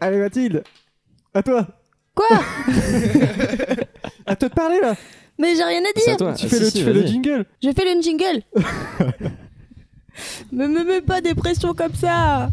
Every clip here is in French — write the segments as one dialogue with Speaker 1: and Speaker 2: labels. Speaker 1: Allez Mathilde, à toi,
Speaker 2: Quoi
Speaker 1: à te parler là.
Speaker 2: Mais j'ai rien à
Speaker 3: C'est à
Speaker 2: dire.
Speaker 3: toi.
Speaker 1: Tu
Speaker 3: Ah,
Speaker 1: fais,
Speaker 3: si,
Speaker 1: le,
Speaker 3: si,
Speaker 1: tu fais le
Speaker 3: vas-y.
Speaker 1: jingle.
Speaker 2: Je fais le jingle. Mais me mets pas des pressions comme ça.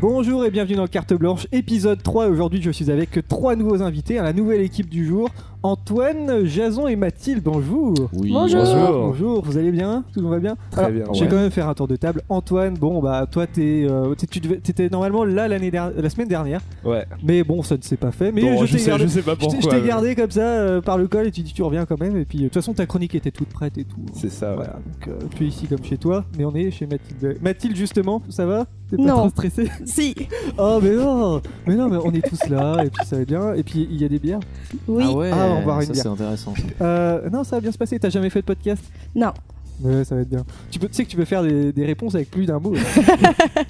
Speaker 1: Bonjour et bienvenue dans Carte Blanche, épisode 3. Aujourd'hui, je suis avec trois nouveaux invités, hein, la nouvelle équipe du jour. Antoine, Jason et Mathilde, bonjour.
Speaker 3: Oui,
Speaker 2: Bonjour.
Speaker 1: Bonjour, vous allez bien Tout le monde va bien
Speaker 3: Très bien,
Speaker 1: Je vais
Speaker 3: ouais.
Speaker 1: quand même faire un tour de table. Antoine, bon, bah, toi, t'es, euh, t'es- tu devais- t'étais normalement là l'année dernière- la semaine dernière.
Speaker 3: Ouais.
Speaker 1: Mais bon, ça ne s'est pas fait. Mais
Speaker 3: Bon,
Speaker 1: je, t'ai
Speaker 3: sais,
Speaker 1: gardé,
Speaker 3: je sais pas
Speaker 1: je t'ai-
Speaker 3: pourquoi.
Speaker 1: je t'ai
Speaker 3: mais-
Speaker 1: gardé comme ça euh, par le col et tu dis tu reviens quand même. Et puis, euh, de toute façon, ta chronique était toute prête et tout. hein.
Speaker 3: C'est ça, ouais.
Speaker 1: Voilà, donc euh, tu es ici comme chez toi, mais on est chez Mathilde. Mathilde, justement, ça va T'es pas
Speaker 2: Non.
Speaker 1: trop stressée
Speaker 2: Si.
Speaker 1: Oh, mais non Mais non, mais on est tous là, et puis ça va bien, et puis il y a des bières.
Speaker 2: Oui.
Speaker 3: Ah ouais,
Speaker 1: Ah, on va boire une
Speaker 3: ça
Speaker 1: bière.
Speaker 3: c'est intéressant.
Speaker 1: Euh, non, ça va bien se passer, t'as jamais fait de podcast
Speaker 2: Non.
Speaker 1: Ouais, ça va être bien. Tu, peux, tu sais que tu peux faire des, des réponses avec plus d'un mot.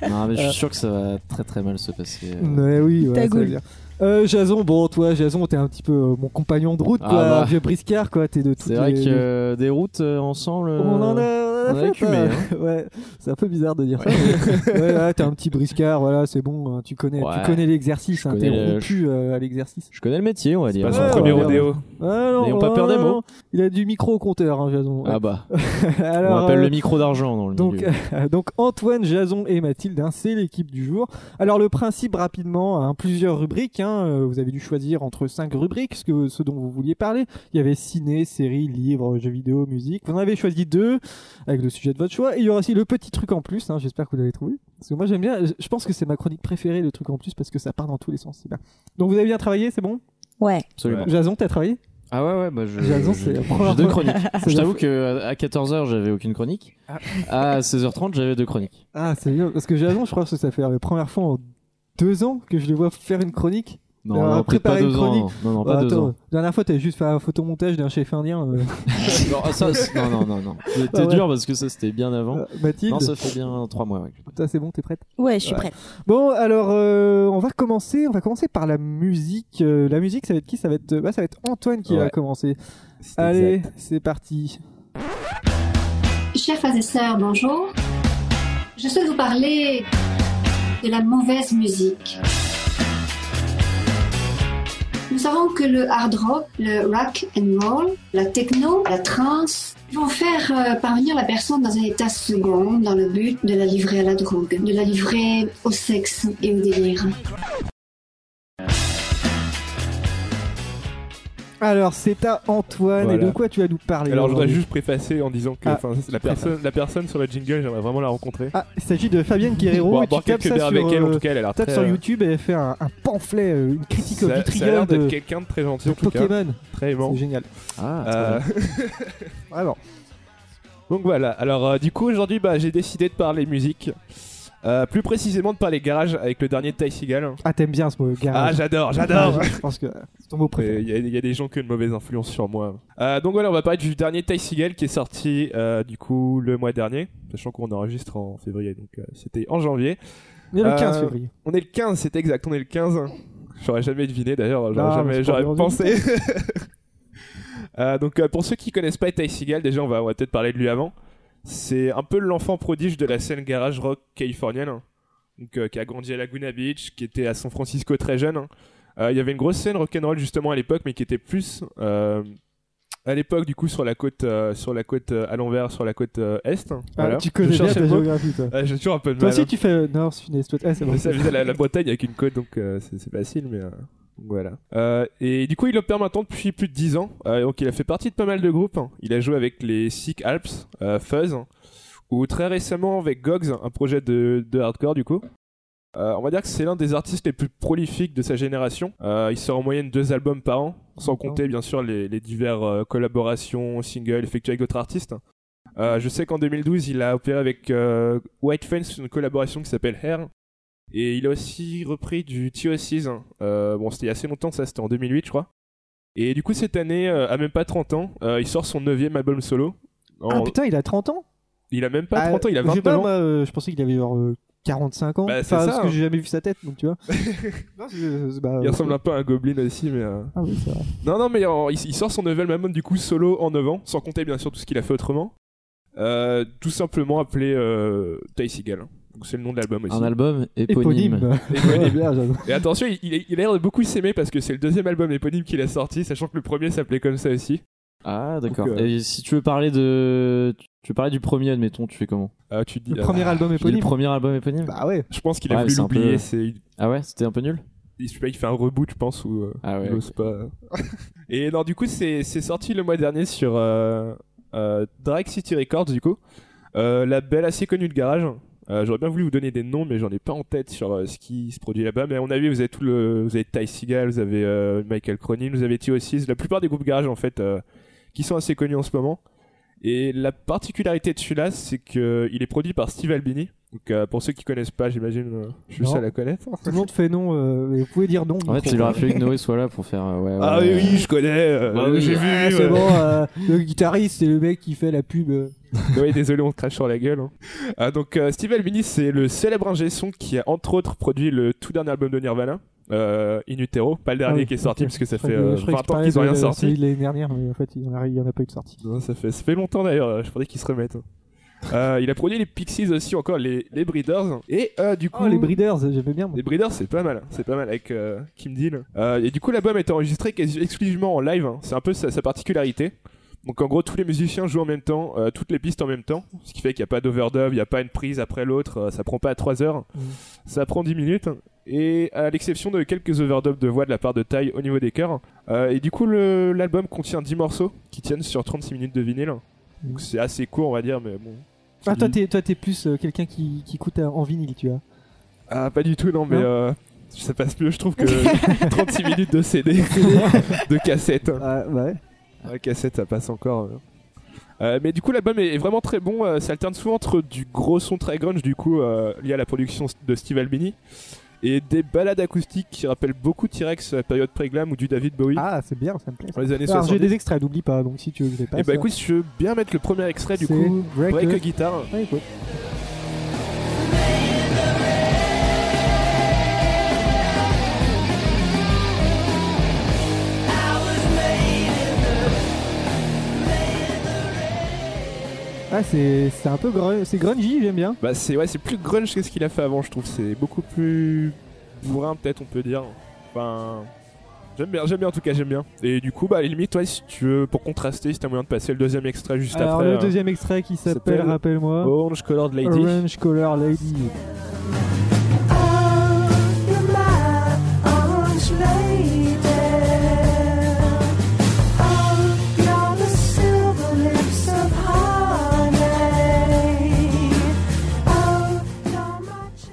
Speaker 3: non, mais je
Speaker 1: Euh.
Speaker 3: suis sûr que ça va très très mal se passer. euh.
Speaker 1: Ouais, oui, ouais,
Speaker 2: Ta
Speaker 1: ça va
Speaker 2: goule.
Speaker 1: bien. Euh, Jason, bon, toi, Jason, t'es un petit peu euh, mon compagnon de route,
Speaker 3: Ah
Speaker 1: quoi,
Speaker 3: bah.
Speaker 1: un vieux briscard, quoi, t'es de toutes
Speaker 3: C'est vrai
Speaker 1: les-
Speaker 3: que euh, des routes euh, ensemble. euh,
Speaker 1: On en a, on en
Speaker 3: on
Speaker 1: a
Speaker 3: a
Speaker 1: fait,
Speaker 3: écumé,
Speaker 1: ça.
Speaker 3: hein.
Speaker 1: Ouais, c'est un peu bizarre de dire
Speaker 3: Ouais.
Speaker 1: ça. mais- Ouais, ouais, t'es un petit briscard, voilà, c'est bon, hein, tu connais,
Speaker 3: Ouais.
Speaker 1: tu connais l'exercice, hein, t'es
Speaker 3: connais le-
Speaker 1: rompu euh, à l'exercice.
Speaker 3: Je connais le métier, on va dire.
Speaker 4: Pas
Speaker 1: Ouais,
Speaker 4: son
Speaker 1: ouais,
Speaker 4: premier
Speaker 1: ouais.
Speaker 4: rodéo.
Speaker 1: Ah, non,
Speaker 3: N'ayons pas
Speaker 1: non,
Speaker 3: peur des
Speaker 1: non,
Speaker 3: mots.
Speaker 1: non. Il a du micro au compteur, hein, Jason.
Speaker 3: Ah bah,
Speaker 1: Alors,
Speaker 3: on appelle
Speaker 1: euh,
Speaker 3: le micro d'argent dans le
Speaker 1: donc, euh,
Speaker 3: milieu.
Speaker 1: donc Antoine, Jason et Mathilde, hein, c'est l'équipe du jour. Alors le principe rapidement, hein, plusieurs rubriques. hein, euh, vous avez dû choisir entre cinq rubriques, ce, que, ce dont vous vouliez parler. Il y avait ciné, séries, livres, jeux vidéo, musique. Vous en avez choisi deux avec le sujet de votre choix. Et il y aura aussi le petit truc en plus. hein, J'espère que vous l'avez trouvé. Parce que moi j'aime bien. Je pense que c'est ma chronique préférée, le truc en plus, parce que ça part dans tous les sens. c'est bien. Donc vous avez bien travaillé, c'est bon.
Speaker 2: Ouais.
Speaker 3: Absolument.
Speaker 1: Jason, t'as travaillé
Speaker 3: Ah ouais, ouais, bah je.
Speaker 1: Jason,
Speaker 3: je-
Speaker 1: c'est la première
Speaker 3: J'ai deux
Speaker 1: fois.
Speaker 3: chroniques.
Speaker 1: C'est
Speaker 3: je
Speaker 1: la
Speaker 3: t'avoue que euh, à 14h, j'avais aucune chronique. À 16h30, j'avais deux chroniques.
Speaker 1: Ah c'est bien parce que Jason, je crois que ça fait la première fois en deux ans que je le vois faire une chronique.
Speaker 3: Non,
Speaker 1: Alors,
Speaker 3: non, peut-être pas
Speaker 1: Ah, préparer une
Speaker 3: deux ans. Non, non, pas
Speaker 1: Bah,
Speaker 3: deux
Speaker 1: attends,
Speaker 3: ans.
Speaker 1: Dernière fois, t'avais juste fait un photomontage d'un chef indien. euh.
Speaker 3: Non, ah, ça, c'est- non, non, non, non. C'était
Speaker 1: Ah ouais.
Speaker 3: dur parce que ça, c'était bien avant.
Speaker 1: Euh, Mathilde,
Speaker 3: Non, ça fait bien trois mois. ouais.
Speaker 1: toi, c'est bon, t'es prête
Speaker 2: Ouais, je suis
Speaker 1: Ouais.
Speaker 2: prête.
Speaker 1: Bon, alors euh, on va commencer. On va commencer par la musique. Euh, la musique, ça va être qui Ça va être, euh, bah, ça va être Antoine qui va
Speaker 3: Ouais.
Speaker 1: commencer.
Speaker 3: C'est
Speaker 1: Allez,
Speaker 3: exact.
Speaker 1: c'est parti.
Speaker 5: Chers frères et sœurs, bonjour. Je souhaite vous parler de la mauvaise musique. Nous savons que le hard rock, le rock and roll, la techno, la trance vont faire euh, parvenir la personne dans un état second dans le but de la livrer à la drogue, de la livrer au sexe et au délire.
Speaker 1: Alors, c'est à Antoine.
Speaker 4: Voilà.
Speaker 1: Et de quoi tu vas nous parler
Speaker 4: Alors je voudrais
Speaker 1: aujourd'hui
Speaker 4: juste préfacer en disant que
Speaker 1: Ah.
Speaker 4: enfin, c'est la, personne, la personne sur le jingle, j'aimerais vraiment la rencontrer.
Speaker 1: Ah, il s'agit de Fabienne Guerrero.
Speaker 4: Bon, à
Speaker 1: et tu
Speaker 4: boire
Speaker 1: tapes
Speaker 4: quelques
Speaker 1: ça
Speaker 4: bières
Speaker 1: sur,
Speaker 4: avec elle, en
Speaker 1: euh,
Speaker 4: tout cas, elle a l'air
Speaker 1: tapes
Speaker 4: très...
Speaker 1: sur
Speaker 4: euh,
Speaker 1: YouTube et elle fait un, un pamphlet, euh, une critique au
Speaker 4: ça, ça a l'air
Speaker 1: vitriol
Speaker 4: d'être
Speaker 1: de,
Speaker 4: quelqu'un de très gentil,
Speaker 1: de
Speaker 4: en tout cas.
Speaker 1: Pokémon.
Speaker 4: Très aimant.
Speaker 1: C'est génial.
Speaker 3: Ah, très
Speaker 4: Euh,
Speaker 3: bien.
Speaker 1: Vraiment.
Speaker 4: donc voilà, alors euh, du coup, aujourd'hui, bah, j'ai décidé de parler musique. Euh, plus précisément de parler garage avec le dernier de Ty Seagal.
Speaker 1: Ah, t'aimes bien ce mot,
Speaker 4: Ah,
Speaker 1: garage.
Speaker 4: j'adore, j'adore Euh,
Speaker 1: je pense que c'est ton mot préféré.
Speaker 4: Mais Il y, a- il y a des gens qui ont une mauvaise influence sur moi. Euh, donc voilà, on va parler du dernier Ty Seagal qui est sorti euh, du coup le mois dernier, sachant qu'on enregistre en février, donc euh, c'était en janvier.
Speaker 1: Il y a le 15
Speaker 4: Euh,
Speaker 1: février.
Speaker 4: On est le 15, c'est exact, on est le 15. J'aurais jamais deviné d'ailleurs,
Speaker 1: Non,
Speaker 4: j'aurais
Speaker 1: mais
Speaker 4: jamais
Speaker 1: c'est pas
Speaker 4: j'aurais
Speaker 1: bien
Speaker 4: pensé. Euh, donc euh, pour ceux qui connaissent pas Ty Seagal, déjà on va, on va peut-être parler de lui avant. C'est un peu l'enfant prodige de la scène garage rock californienne, hein. donc, euh, qui a grandi à Laguna Beach, qui était à San Francisco très jeune. hein. Euh, Il y avait une grosse scène rock'n'roll justement à l'époque, mais qui était plus euh, à l'époque du coup sur la côte, euh, sur la côte euh, à l'envers, sur la côte euh, est. hein.
Speaker 1: Ah,
Speaker 4: Voilà.
Speaker 1: tu connais
Speaker 4: Je
Speaker 1: bien
Speaker 4: cherchais
Speaker 1: ta
Speaker 4: le mot.
Speaker 1: géographie, toi.
Speaker 4: Euh, J'ai toujours un peu de mal.
Speaker 1: Toi
Speaker 4: hein.
Speaker 1: aussi, tu fais euh, nord, sud, est, ouest. Ah, c'est bon.
Speaker 4: Mais ça vise à la, la Bretagne avec une côte, donc euh, c'est c'est facile, mais euh, voilà. Euh, et du coup, il opère maintenant depuis plus de 10 ans. Euh, donc, il a fait partie de pas mal de groupes. hein. Il a joué avec les Sick Alps, euh, Fuzz, hein, ou très récemment avec Gogs, un projet de, de hardcore du coup. Euh, on va dire que c'est l'un des artistes les plus prolifiques de sa génération. Euh, il sort en moyenne deux albums par an, sans
Speaker 1: D'accord.
Speaker 4: compter bien sûr les, les diverses euh, collaborations, singles effectués avec d'autres artistes. Euh, je sais qu'en 2012, il a opéré avec euh, White Fence une collaboration qui s'appelle Hair. Et il a aussi repris du TO6. hein. Euh, bon, c'était il y a assez longtemps, ça c'était en 2008, je crois. Et du coup, cette année, euh, à même pas 30 ans, euh, il sort son 9 album solo.
Speaker 1: Ah
Speaker 4: En-
Speaker 1: putain, il a 30 ans
Speaker 4: il a même pas
Speaker 1: Ah,
Speaker 4: 30 ans, il a
Speaker 1: je sais
Speaker 4: 29
Speaker 1: pas,
Speaker 4: ans.
Speaker 1: moi, euh, je pensais qu'il avait genre euh, 45 ans.
Speaker 4: Bah, c'est
Speaker 1: Enfin,
Speaker 4: ça,
Speaker 1: parce que
Speaker 4: hein.
Speaker 1: j'ai jamais vu sa tête, donc tu vois. Non, c'est- c'est- bah,
Speaker 4: Il
Speaker 1: euh,
Speaker 4: ressemble un peu à un gobelin aussi, mais. euh,
Speaker 1: Ah oui, c'est vrai.
Speaker 4: Non, non, mais en- il, il sort son nouvel album du coup solo en 9 ans, sans compter bien sûr tout ce qu'il a fait autrement. Euh, tout simplement appelé euh, Ty Seagal. hein. Donc c'est le nom de l'album aussi.
Speaker 3: Un album éponyme.
Speaker 1: euh, Éponyme. Ouais,
Speaker 4: Éponyme.
Speaker 1: bien, j'avoue.
Speaker 4: Et attention, il, il- il a l'air de beaucoup s'aimer parce que c'est le deuxième album éponyme qu'il a sorti, sachant que le premier s'appelait comme ça aussi.
Speaker 3: Ah, d'accord.
Speaker 4: Donc, euh,
Speaker 3: Et si tu veux parler de. Tu veux parler du premier, admettons, tu fais comment
Speaker 4: Ah, tu te dis,
Speaker 1: Le
Speaker 4: ah,
Speaker 1: premier album
Speaker 3: Tu dis Le
Speaker 1: éponyme.
Speaker 3: premier album éponyme
Speaker 1: Bah ouais.
Speaker 4: Je pense qu'il a
Speaker 3: Ouais,
Speaker 4: voulu
Speaker 3: c'est un peu-
Speaker 4: l'oublier. C'est, il,
Speaker 3: Ah ouais, c'était un peu nul
Speaker 4: je sais pas, il fait un reboot, je pense, ou euh,
Speaker 3: Ah ouais.
Speaker 4: il ose pas. Et non, du coup, c'est, c'est sorti le mois dernier sur euh, euh, Drag City Records, du coup, euh, label assez connu de garage. Euh, j'aurais bien voulu vous donner des noms, mais j'en ai pas en tête sur euh, ce qui se produit là-bas. Mais à mon avis, vous avez tout le, vous avez Ty Seagal, vous avez euh, Michael Cronin, vous avez T06, la plupart des groupes garage en fait, euh, qui sont assez connus en ce moment. Et la particularité de celui-là, c'est que euh, il est produit par Steve Albini. Donc euh, pour ceux qui connaissent pas, j'imagine, euh, je suis le
Speaker 1: Non.
Speaker 4: seul à connaître.
Speaker 1: Tout le monde fait non. euh, mais vous pouvez dire non.
Speaker 3: En fait, il
Speaker 1: micro.
Speaker 3: aurait fallu que Noé soit là pour faire. euh, ouais,
Speaker 4: Ah oui,
Speaker 3: ouais,
Speaker 4: oui, je connais. euh,
Speaker 3: Ah oui,
Speaker 4: j'ai
Speaker 1: Ah,
Speaker 4: vu.
Speaker 1: c'est
Speaker 4: euh.
Speaker 1: bon, euh, le guitariste, c'est le mec qui fait la pub. euh.
Speaker 4: Ouais, désolé, on te crache sur la gueule. hein. Ah, donc, euh, Steve Albini, c'est le célèbre ingé son qui a entre autres produit le tout dernier album de Nirvana, euh, In Utero. Pas le dernier
Speaker 1: Ah oui,
Speaker 4: qui est sorti,
Speaker 1: ok.
Speaker 4: parce que ça
Speaker 1: Je crois
Speaker 4: fait
Speaker 1: que-
Speaker 4: euh,
Speaker 1: je crois que
Speaker 4: 20 ans
Speaker 1: tu
Speaker 4: qu'ils ont
Speaker 1: parlais
Speaker 4: rien
Speaker 1: de
Speaker 4: sorti.
Speaker 1: celui de l'année dernière, mais en fait, il n'y en, a- il y en a pas eu de sortie.
Speaker 4: Non, ça, fait, ça fait longtemps d'ailleurs, euh, je pensais qu'ils se remettent. Euh, il a produit les Pixies aussi, encore les, les Breeders. Et euh, du coup,
Speaker 1: Oh, les Breeders, j'aimais bien. moi.
Speaker 4: les Breeders, c'est pas mal, c'est pas mal avec euh, Kim Deal. Euh, et du coup, l'album est enregistré quasi exclusivement en live, hein. c'est un peu sa, sa particularité. Donc en gros, tous les musiciens jouent en même temps, euh, toutes les pistes en même temps, ce qui fait qu'il n'y a pas d'overdub, il n'y a pas une prise après l'autre, euh, ça prend pas 3 heures,
Speaker 1: Mhm.
Speaker 4: ça prend 10 minutes. Et à l'exception de quelques overdubs de voix de la part de taille au niveau des chœurs. Euh, et du coup, le- l'album contient 10 morceaux qui tiennent sur 36 minutes de vinyle. Donc c'est assez court, on va dire, mais bon.
Speaker 1: Ah, toi, t'es, toi, t'es plus euh, quelqu'un qui, qui écoute euh, en vinyle, tu vois.
Speaker 4: Ah, pas du tout, non, mais
Speaker 1: Non
Speaker 4: euh, ça passe mieux, je trouve, que 36 minutes de CD, de cassette.
Speaker 1: Ah, ouais.
Speaker 4: Ouais, cassette, ça passe encore. euh. Euh, mais du coup, l'album est est vraiment très bon. euh, ça alterne souvent entre du gros son très grunge, du coup, euh, lié à la production de Steve Albini, et des balades acoustiques qui rappellent beaucoup T-Rex, la période pré-glam ou du David Bowie
Speaker 1: Ah, c'est bien, ça me plaît.
Speaker 4: dans les années
Speaker 1: Alors,
Speaker 4: 60.
Speaker 1: j'ai des extraits, n'oublie pas, donc si tu veux que je les passe.
Speaker 4: Et bah, écoute, je veux bien mettre le premier extrait, du
Speaker 1: C'est
Speaker 4: coup,
Speaker 1: Break
Speaker 4: Break
Speaker 1: a-
Speaker 4: a Guitar.
Speaker 1: Ouais, écoute. Ah, c'est, c'est un peu grunge, c'est grungy, j'aime bien.
Speaker 4: Bah, c'est ouais, c'est plus grunge que ce qu'il a fait avant, je trouve. C'est beaucoup plus bourrin, peut-être, on peut dire. Enfin, j'aime bien, j'aime bien en tout cas, j'aime bien. Et du coup, bah, à la limite, ouais, si tu veux, pour contraster, si t'as moyen de passer le deuxième extrait juste
Speaker 1: Alors,
Speaker 4: après.
Speaker 1: le
Speaker 4: euh,
Speaker 1: deuxième extrait qui s'appelle,
Speaker 4: s'appelle-
Speaker 1: rappelle-moi,
Speaker 4: Orange Colored Lady.
Speaker 1: Orange Color Lady.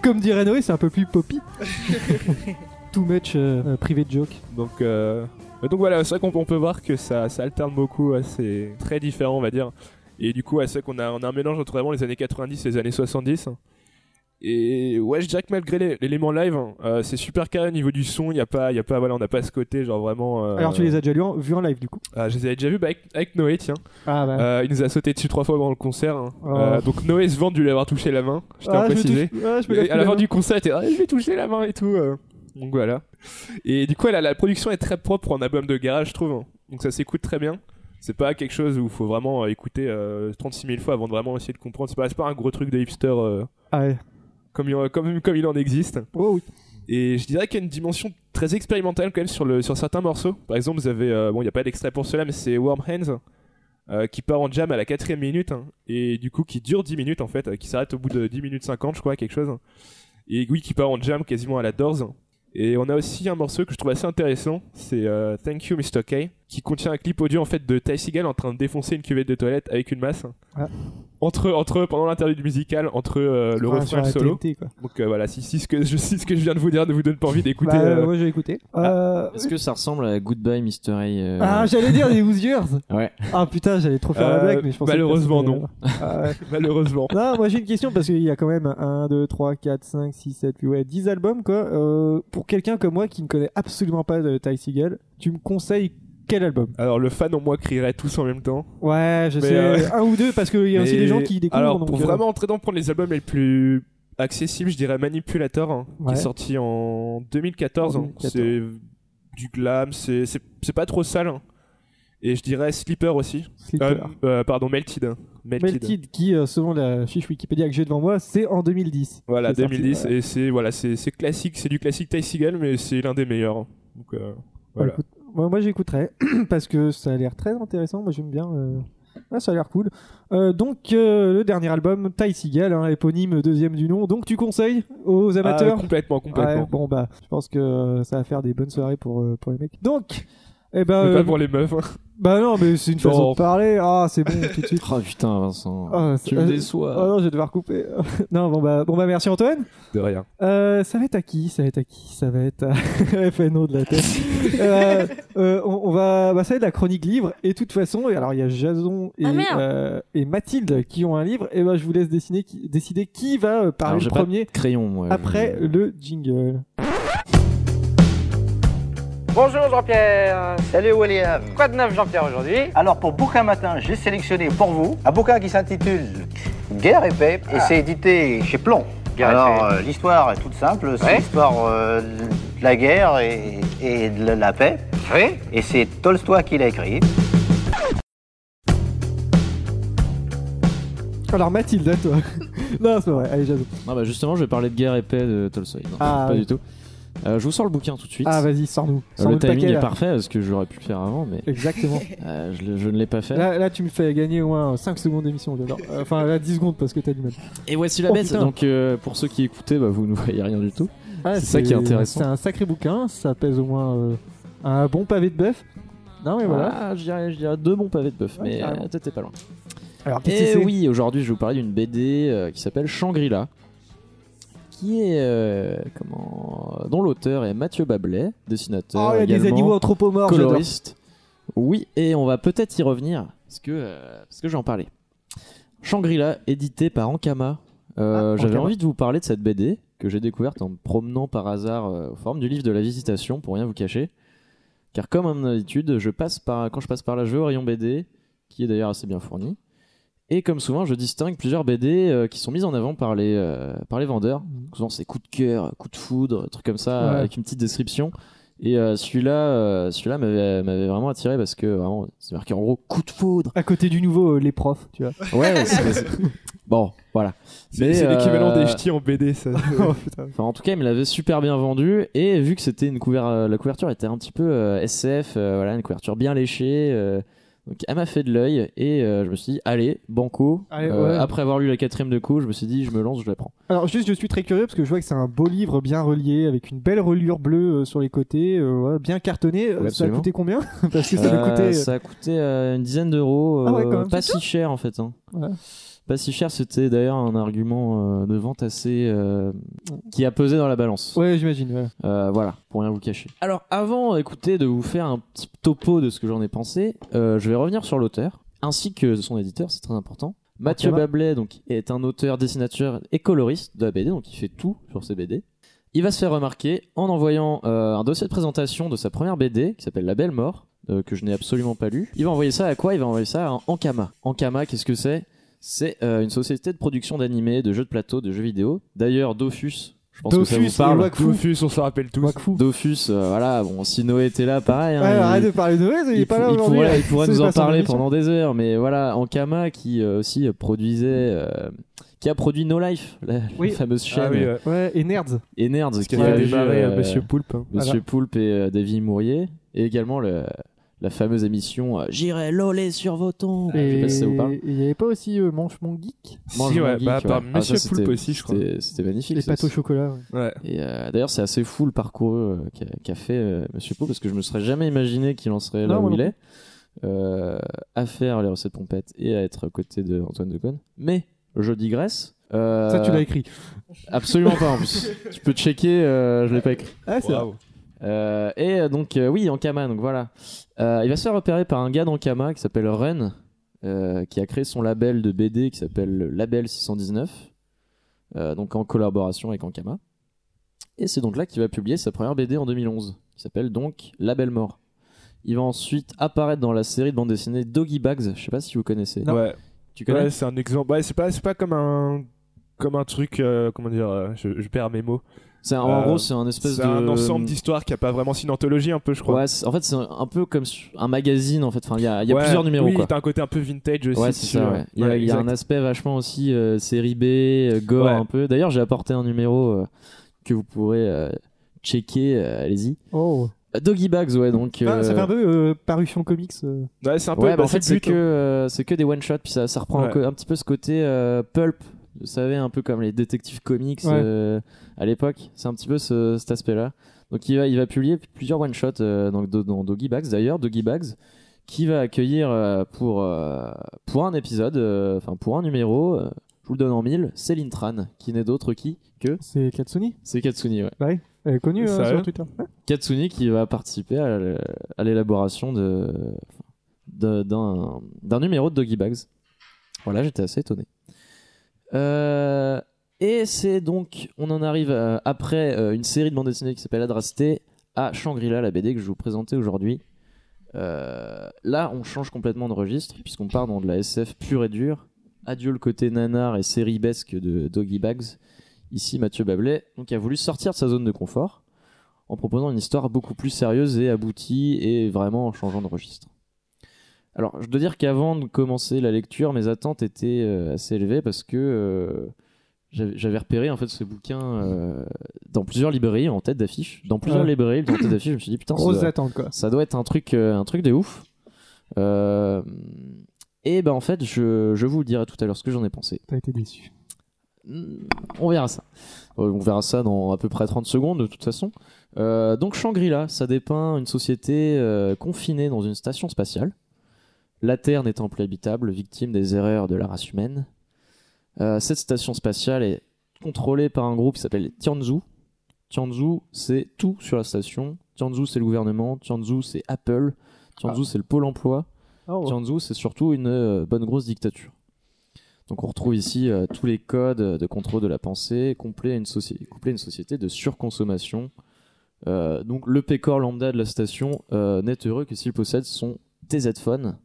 Speaker 1: Comme dirait Noé, c'est un peu plus poppy. Too much euh, euh, private joke.
Speaker 4: Donc, euh, donc voilà, c'est vrai qu'on on peut voir que ça, ça alterne beaucoup. ouais, c'est très différent, on va dire. Et du coup, ouais, c'est vrai qu'on a, on a un mélange entre vraiment les années 90 et les années 70. Et ouais, je dirais que malgré l'é- l'élément live, hein, euh, c'est super carré au niveau du son. Il y a pas, il y a pas, voilà, on n'a pas ce côté genre vraiment. euh,
Speaker 1: Alors, tu les as déjà lu en- vus en live, du coup
Speaker 4: Ah, je les avais déjà vus bah, avec, avec Noé, tiens.
Speaker 1: Ah, bah.
Speaker 4: Euh, il nous a sauté dessus trois fois pendant le concert. hein.
Speaker 1: Oh.
Speaker 4: Euh, donc Noé se vante de lui avoir touché la main. Je t'ai
Speaker 1: Ah, je me
Speaker 4: précisé.
Speaker 1: touche- ah, je me
Speaker 4: Et
Speaker 1: casse
Speaker 4: à la
Speaker 1: la
Speaker 4: fin
Speaker 1: main.
Speaker 4: du concert, elle était ah, je vais toucher la main et tout. euh. Donc voilà. Et du coup, elle a- la production est très propre en album de garage, je trouve. hein. Donc ça s'écoute très bien. C'est pas quelque chose où il faut vraiment euh, écouter euh, 36 000 fois avant de vraiment essayer de comprendre. C'est pas, c'est pas un gros truc de hipster euh,
Speaker 1: Ah, ouais.
Speaker 4: comme, il, comme, comme il en existe.
Speaker 1: Oh, oui.
Speaker 4: Et je dirais qu'il y a une dimension très expérimentale quand même sur, le, sur certains morceaux. Par exemple, vous avez, euh, bon, il n'y a pas d'extrait pour cela, mais c'est Warm Hands euh, qui part en jam à la quatrième minute hein, et du coup qui dure 10 minutes en fait, euh, qui s'arrête au bout de 10 minutes 50, je crois, quelque chose. Et oui, qui part en jam quasiment à la Doors. Et on a aussi un morceau que je trouve assez intéressant, c'est euh, Thank You Mr. K, qui contient un clip audio en fait de Ty Seagal en train de défoncer une cuvette de toilette avec une masse.
Speaker 1: Ah.
Speaker 4: Entre, entre, pendant l'interlude musical, entre euh, le
Speaker 1: Ah, sur
Speaker 4: refrain et le
Speaker 1: la
Speaker 4: solo.
Speaker 1: TNT, quoi.
Speaker 4: Donc euh, voilà, si, si, ce que je, si ce que je viens de vous dire ne vous donne pas envie d'écouter.
Speaker 1: Bah,
Speaker 4: euh,
Speaker 1: moi, j'ai écouté. Euh,
Speaker 3: Est-ce que ça ressemble à Goodbye Mr. A euh,
Speaker 1: Ah, j'allais dire des Hoosiers.
Speaker 3: Ouais.
Speaker 1: Ah putain, j'allais trop faire la
Speaker 4: Euh,
Speaker 1: blague, mais je pensais.
Speaker 4: malheureusement,
Speaker 1: que personne allait la voir.
Speaker 4: Malheureusement.
Speaker 1: Ah, ouais. Non, moi j'ai une question parce qu'il y a quand même 1, 2, 3, 4, 5, 6, 7, 8, ouais, 10 albums quoi. Euh, pour quelqu'un comme moi qui ne connaît absolument pas de Ty Seagal, euh, tu me conseilles quel album
Speaker 4: Alors, le fan en moi crierait tous en même temps.
Speaker 1: Ouais, je
Speaker 4: Mais,
Speaker 1: sais.
Speaker 4: euh,
Speaker 1: Un ou deux, parce qu'il y a aussi
Speaker 4: Mais-
Speaker 1: des gens qui découvrent.
Speaker 4: Alors,
Speaker 1: donc,
Speaker 4: pour
Speaker 1: euh,
Speaker 4: vraiment entrer dans prendre les albums les plus accessibles, je dirais Manipulator, hein,
Speaker 1: Ouais.
Speaker 4: qui est sorti en 2014. hein.
Speaker 1: 2014.
Speaker 4: C'est du glam, c'est c'est- c'est pas trop sale. hein. Et je dirais Sleeper aussi. Euh,
Speaker 1: Slipper.
Speaker 4: euh, pardon, Melted. hein. Melted.
Speaker 1: Melted, qui, euh, selon la fiche Wikipédia que j'ai devant moi, c'est en 2010.
Speaker 4: Voilà,
Speaker 1: C'est sorti,
Speaker 4: 2010.
Speaker 1: ouais.
Speaker 4: Et c'est voilà, c'est c'est classique, c'est du classique Ty Seagal, mais c'est l'un des meilleurs. hein. Donc, euh, voilà.
Speaker 1: Bah, écoute, moi, moi, j'écouterai parce que ça a l'air très intéressant. Moi j'aime bien. euh, ouais, ça a l'air cool. Euh, donc euh, le dernier album, Ty Seagal, hein, éponyme deuxième du nom. Donc tu conseilles aux
Speaker 4: Ah,
Speaker 1: amateurs
Speaker 4: complètement, complètement.
Speaker 1: Ouais, bon bah, je pense que euh, ça va faire des bonnes soirées pour euh, pour les mecs. Donc, eh ben,
Speaker 4: Mais
Speaker 1: euh,
Speaker 4: pas pour les meufs. hein.
Speaker 1: bah non, mais c'est une
Speaker 4: Non.
Speaker 1: façon de parler. Ah, c'est bon tout de suite.
Speaker 3: Oh putain, Vincent.
Speaker 1: Ah,
Speaker 3: tu
Speaker 1: c'est-
Speaker 3: me
Speaker 1: euh,
Speaker 3: déçois.
Speaker 1: Oh non, je vais devoir couper. non, bon bah, bon bah, merci Antoine.
Speaker 4: De rien.
Speaker 1: Euh, ça va être à qui Ça va être à qui Ça va être à FNO de la tête. Euh, euh, on, on va, bah, ça va être la chronique livre. Et de toute façon, et alors il y a Jason et,
Speaker 2: Ah, merde.
Speaker 1: euh, et Mathilde qui ont un livre. Et ben je vous laisse dessiner qui- décider qui va euh,
Speaker 3: Alors,
Speaker 1: parler
Speaker 3: j'ai
Speaker 1: le
Speaker 3: pas de
Speaker 1: premier
Speaker 3: Crayon, moi.
Speaker 1: après
Speaker 3: Je-
Speaker 1: le jingle.
Speaker 6: Bonjour Jean-Pierre
Speaker 7: Salut William.
Speaker 6: Quoi de neuf Jean-Pierre aujourd'hui
Speaker 7: Alors pour Bouquin Matin, j'ai sélectionné pour vous un bouquin qui s'intitule Guerre et paix et c'est édité chez Plomb.
Speaker 6: Ah. Guerre et
Speaker 7: Alors euh, l'histoire est toute simple, c'est
Speaker 6: Ouais.
Speaker 7: l'histoire euh, de la guerre et, et de la paix
Speaker 6: Oui
Speaker 7: et c'est Tolstoï qui l'a écrit.
Speaker 1: Alors Mathilde, à toi. non, c'est pas vrai. Allez Jason.
Speaker 3: Ah, bah justement, je vais parler de guerre épais de Tolstoy. Non,
Speaker 1: Ah,
Speaker 3: pas
Speaker 1: oui.
Speaker 3: du tout. Euh, je vous sors le bouquin tout de suite.
Speaker 1: Ah vas-y, sors-nous.
Speaker 3: Euh,
Speaker 1: Sors-nous
Speaker 3: le timing
Speaker 1: paquet,
Speaker 3: est
Speaker 1: là.
Speaker 3: parfait parce que j'aurais pu le faire avant, mais
Speaker 1: Exactement.
Speaker 3: euh, je, le- je ne l'ai pas fait.
Speaker 1: Là, là, tu me fais gagner au moins 5 secondes d'émission, j'adore. Euh, Enfin, là, 10 secondes parce que t'as du mal.
Speaker 3: Et voici
Speaker 1: Oh,
Speaker 3: la bête.
Speaker 1: putain.
Speaker 3: Donc, euh, pour ceux qui écoutaient, bah, vous ne voyez rien du tout.
Speaker 1: Ah,
Speaker 3: C'est ça qui est intéressant.
Speaker 1: C'est un sacré bouquin, ça pèse au moins euh, un bon pavé de bœuf. Non, mais voilà.
Speaker 3: Ah, je dirais, je dirais deux bons pavés de bœuf,
Speaker 1: Ouais,
Speaker 3: mais
Speaker 1: carrément.
Speaker 3: euh, t'étais pas loin.
Speaker 1: Alors, qu'est-ce que
Speaker 3: Et
Speaker 1: c'est
Speaker 3: oui, aujourd'hui, je vais vous parler d'une BD euh, qui s'appelle Shangri-La, qui est euh, comment dont l'auteur est Mathieu Bablet,
Speaker 1: Oh,
Speaker 3: dessinateur,
Speaker 1: il y a des
Speaker 3: également,
Speaker 1: animaux anthropomorphes, j'adore.
Speaker 3: coloriste. Oui, et on va peut-être y revenir parce que euh, parce que j'en parlais. Shangri-La, édité par Ankama. Euh,
Speaker 1: Ah,
Speaker 3: J'avais
Speaker 1: Ankama.
Speaker 3: envie de vous parler de cette BD que j'ai découverte en me promenant par hasard euh, aux formes du livre de la Visitation, pour rien vous cacher. Car comme en habitude, je passe par, quand je passe par là, je vais au rayon BD, qui est d'ailleurs assez bien fourni. Et comme souvent, je distingue plusieurs BD euh, qui sont mises en avant par les, euh, par les vendeurs. Donc souvent, c'est coup de cœur, coup de foudre, trucs comme ça,
Speaker 1: Mhm. Ouais.
Speaker 3: avec une petite description. Et euh, celui-là euh, celui-là m'avait m'avait vraiment attiré parce que vraiment, c'est marqué en gros coup de foudre.
Speaker 1: À côté du nouveau, euh, les profs, tu vois.
Speaker 3: Ouais, c'est- c'est- Bon, voilà.
Speaker 4: C'est
Speaker 3: Mais,
Speaker 4: c'est l'équivalent
Speaker 3: euh,
Speaker 4: des ch'tis en BD, ça.
Speaker 1: Oh, putain.
Speaker 3: Enfin, en tout cas, il me l'avait super bien vendu. Et vu que c'était une couverture, la couverture était un petit peu euh, SF, euh, voilà, une couverture bien léchée. euh, donc, elle m'a fait de l'œil. Et euh, je me suis dit, allez, banco.
Speaker 1: Allez,
Speaker 3: Euh,
Speaker 1: ouais.
Speaker 3: Après avoir lu la quatrième de coup, je me suis dit, je me lance, je la prends.
Speaker 1: Alors, juste, je suis très curieux parce que je vois que c'est un beau livre bien relié, avec une belle reliure bleue euh, sur les côtés, euh, ouais, bien cartonné. Euh,
Speaker 3: Ouais,
Speaker 1: ça a
Speaker 3: absolument.
Speaker 1: coûté combien Parce que ça
Speaker 3: Euh,
Speaker 1: a coûté.
Speaker 3: ça a coûté, euh, une dizaine d'euros.
Speaker 1: Ah ouais,
Speaker 3: euh,
Speaker 1: quand même,
Speaker 3: pas si cher en fait. hein.
Speaker 1: Ouais.
Speaker 3: Pas si cher, c'était d'ailleurs un argument euh, de vente assez. euh, qui a pesé dans la balance.
Speaker 1: Ouais, j'imagine. ouais.
Speaker 3: Euh, voilà, pour rien vous cacher. Alors, avant, écoutez, de vous faire un petit topo de ce que j'en ai pensé, euh, je vais revenir sur l'auteur, ainsi que son éditeur, c'est très important. Mathieu
Speaker 1: Ankama.
Speaker 3: Bablet donc, est un auteur, dessinateur et coloriste de la BD, donc il fait tout sur ses BD. Il va se faire remarquer en envoyant euh, un dossier de présentation de sa première BD, qui s'appelle La Belle Mort, euh, que je n'ai absolument pas lu. Il va envoyer ça à quoi Il va envoyer ça à Ankama. Ankama, qu'est-ce que c'est C'est euh, une société de production d'animés, de jeux de plateau, de jeux vidéo. D'ailleurs, Dofus, je pense que
Speaker 1: Dofus,
Speaker 3: ça vous parle.
Speaker 1: et Wakfu.
Speaker 4: Dofus, on s'en rappelle tous.
Speaker 1: Wakfu.
Speaker 3: Dofus, euh, voilà, bon, si Noé était là, pareil. hein,
Speaker 1: Ouais,
Speaker 3: il-
Speaker 1: arrête de parler de Noël, il, est
Speaker 3: il
Speaker 1: pas là
Speaker 3: pour- il
Speaker 1: aujourd'hui. hein.
Speaker 3: pourrait, il pourrait
Speaker 1: C'est
Speaker 3: nous en
Speaker 1: pas son
Speaker 3: parler
Speaker 1: émission.
Speaker 3: pendant des heures, mais voilà, Ankama qui euh, aussi produisait, euh, qui a produit No Life, la, la
Speaker 1: Oui.
Speaker 3: fameuse chaîne,
Speaker 4: Ah oui, ouais.
Speaker 1: Ouais, et Nerds.
Speaker 3: et Nerds,
Speaker 4: Parce
Speaker 3: qui
Speaker 4: qu'il
Speaker 3: a
Speaker 4: a
Speaker 3: eu,
Speaker 4: démarré
Speaker 3: euh,
Speaker 4: euh, Monsieur Poulpe. hein.
Speaker 3: Monsieur Poulpe et euh, Davy Mourier, et également le- la fameuse émission euh, J'irai loler sur vos tombes. Je sais
Speaker 1: et
Speaker 3: pas si ça vous parle.
Speaker 1: et il y avait pas aussi euh, Manche Mon Geek
Speaker 3: Mange
Speaker 4: Si,
Speaker 3: mon
Speaker 4: ouais,
Speaker 3: geek,
Speaker 4: bah,
Speaker 3: ouais.
Speaker 4: par
Speaker 3: Ah, ça,
Speaker 4: Monsieur
Speaker 3: c'était-
Speaker 4: Poulpe aussi, je crois.
Speaker 3: c'était- C'était magnifique.
Speaker 1: Les
Speaker 3: ça
Speaker 1: pâtes au
Speaker 3: aussi.
Speaker 1: chocolat. ouais.
Speaker 4: Ouais.
Speaker 3: Et euh, d'ailleurs, c'est assez fou le parcours euh, qu'a qu'a fait euh, Monsieur Pau, parce que je me serais jamais imaginé qu'il en serait là
Speaker 1: Non, moi
Speaker 3: où il
Speaker 1: non
Speaker 3: est, euh, à faire les recettes pompettes et à être à côté de Antoine Decaune. Mais je digresse. Euh,
Speaker 1: Ça, tu l'as écrit.
Speaker 3: Absolument pas en plus. tu peux checker, euh, je l'ai pas écrit.
Speaker 1: Ah, c'est vrai.
Speaker 4: Bravo.
Speaker 3: Euh, et euh, donc, euh, oui, Ankama, donc voilà. Euh, il va se faire repérer par un gars d'Ankama qui s'appelle Ren, euh, qui a créé son label de BD qui s'appelle le Label 619, euh, donc en collaboration avec Ankama. Et c'est donc là qu'il va publier sa première BD en 2011, qui s'appelle donc Label Mort. Il va ensuite apparaître dans la série de bande dessinée Doggy Bags. Je sais pas si vous connaissez.
Speaker 1: Non.
Speaker 4: Ouais,
Speaker 3: Tu connais
Speaker 4: ouais c'est un exemple. Ouais, c'est pas, c'est pas comme un, comme un truc, euh, comment dire, euh, je, je perds mes mots.
Speaker 3: C'est un- en
Speaker 4: Euh,
Speaker 3: gros, c'est un espèce
Speaker 4: C'est
Speaker 3: de
Speaker 4: un ensemble d'histoires qui a pas vraiment, c'est une anthologie un peu, je crois.
Speaker 3: Ouais, c'est- en fait, c'est un un peu comme su- un magazine. En fait, enfin, il y a, il y a
Speaker 4: Ouais,
Speaker 3: plusieurs numéros.
Speaker 4: Oui,
Speaker 3: quoi.
Speaker 4: t'as un côté un peu vintage aussi.
Speaker 3: Ouais, c'est
Speaker 4: dessus,
Speaker 3: ça.
Speaker 4: hein.
Speaker 3: ouais. Il y a,
Speaker 4: Ouais,
Speaker 3: il y a
Speaker 4: exact.
Speaker 3: un aspect vachement aussi euh, série B, euh, gore
Speaker 4: Ouais.
Speaker 3: un peu. D'ailleurs, j'ai apporté un numéro euh, que vous pourrez euh, checker. euh, Allez-y.
Speaker 1: Oh.
Speaker 3: Doggy Bags, ouais. Donc,
Speaker 1: Ah, ça
Speaker 3: euh,
Speaker 1: fait un peu euh, parution comics. euh.
Speaker 4: Ouais, c'est un peu.
Speaker 3: ouais, bah,
Speaker 4: bah,
Speaker 3: en fait,
Speaker 4: le
Speaker 3: c'est
Speaker 4: but,
Speaker 3: que euh, c'est que des one shots. Puis ça, ça reprend un
Speaker 4: Ouais.
Speaker 3: co- un, petit peu ce côté euh, pulp. Vous savez, un peu comme les détectives comics
Speaker 1: Ouais.
Speaker 3: euh, à l'époque. C'est un petit peu ce- cet aspect-là. Donc, il va, il va publier plusieurs one shots euh, dans, dans Doggy Bags. D'ailleurs, Doggy Bags. qui va accueillir euh, pour, euh, pour un épisode, euh, enfin pour un numéro, euh, je vous le donne en mille, Céline Tran, qui n'est d'autre qui que
Speaker 1: C'est Katsuni.
Speaker 3: c'est Katsuni. Ouais.
Speaker 1: Elle est connue
Speaker 4: C'est
Speaker 1: euh,
Speaker 4: sérieux
Speaker 1: sur Twitter.
Speaker 3: Katsuni qui va participer à l'- à l'élaboration de de- d'un d'un numéro de Doggy Bags. Voilà, j'étais assez étonné. Euh, et c'est donc, on en arrive euh, après euh, une série de bandes dessinées qui s'appelle Adrasté à Shangri-La, la BD que je vais vous présentais aujourd'hui. Euh, là, on change complètement de registre puisqu'on part dans de la SF pure et dure. Adieu le côté nanar et série besque de Doggy Bags. Ici, Mathieu Bablet donc, a voulu sortir de sa zone de confort en proposant une histoire beaucoup plus sérieuse et aboutie et vraiment en changeant de registre. Alors, je dois dire qu'avant de commencer la lecture, mes attentes étaient euh, assez élevées parce que euh, j'avais j'avais repéré en fait ce bouquin euh, dans plusieurs librairies en tête d'affiche. Dans plusieurs
Speaker 1: Ouais.
Speaker 3: librairies en tête d'affiche, je me suis dit putain, ça
Speaker 1: Grosse
Speaker 3: doit-
Speaker 1: attente quoi.
Speaker 3: ça doit être un truc, euh, un truc de ouf. Euh, et ben en fait, je, je vous dirai tout à l'heure ce que j'en ai pensé.
Speaker 1: T'as été déçu.
Speaker 3: Hmm, On verra ça. Euh, On verra ça dans à peu près 30 secondes de toute façon. Euh, donc Shangri-La, ça dépeint une société euh, confinée dans une station spatiale. La Terre n'étant plus habitable, victime des erreurs de la race humaine. Euh, cette station spatiale est contrôlée par un groupe qui s'appelle les Tianzhu. Tianzhu, c'est tout sur la station. Tianzhu, c'est le gouvernement. Tianzhu, c'est Apple. Tianzhu, c'est le pôle emploi.
Speaker 1: Oh.
Speaker 3: Tianzhu, c'est surtout une euh, bonne grosse dictature. Donc on retrouve ici euh, tous les codes euh, de contrôle de la pensée, couplés à une, soci- couplés à une société de surconsommation. Euh, donc le pécor lambda de la station euh, n'est heureux que s'il possède son TZ-Phone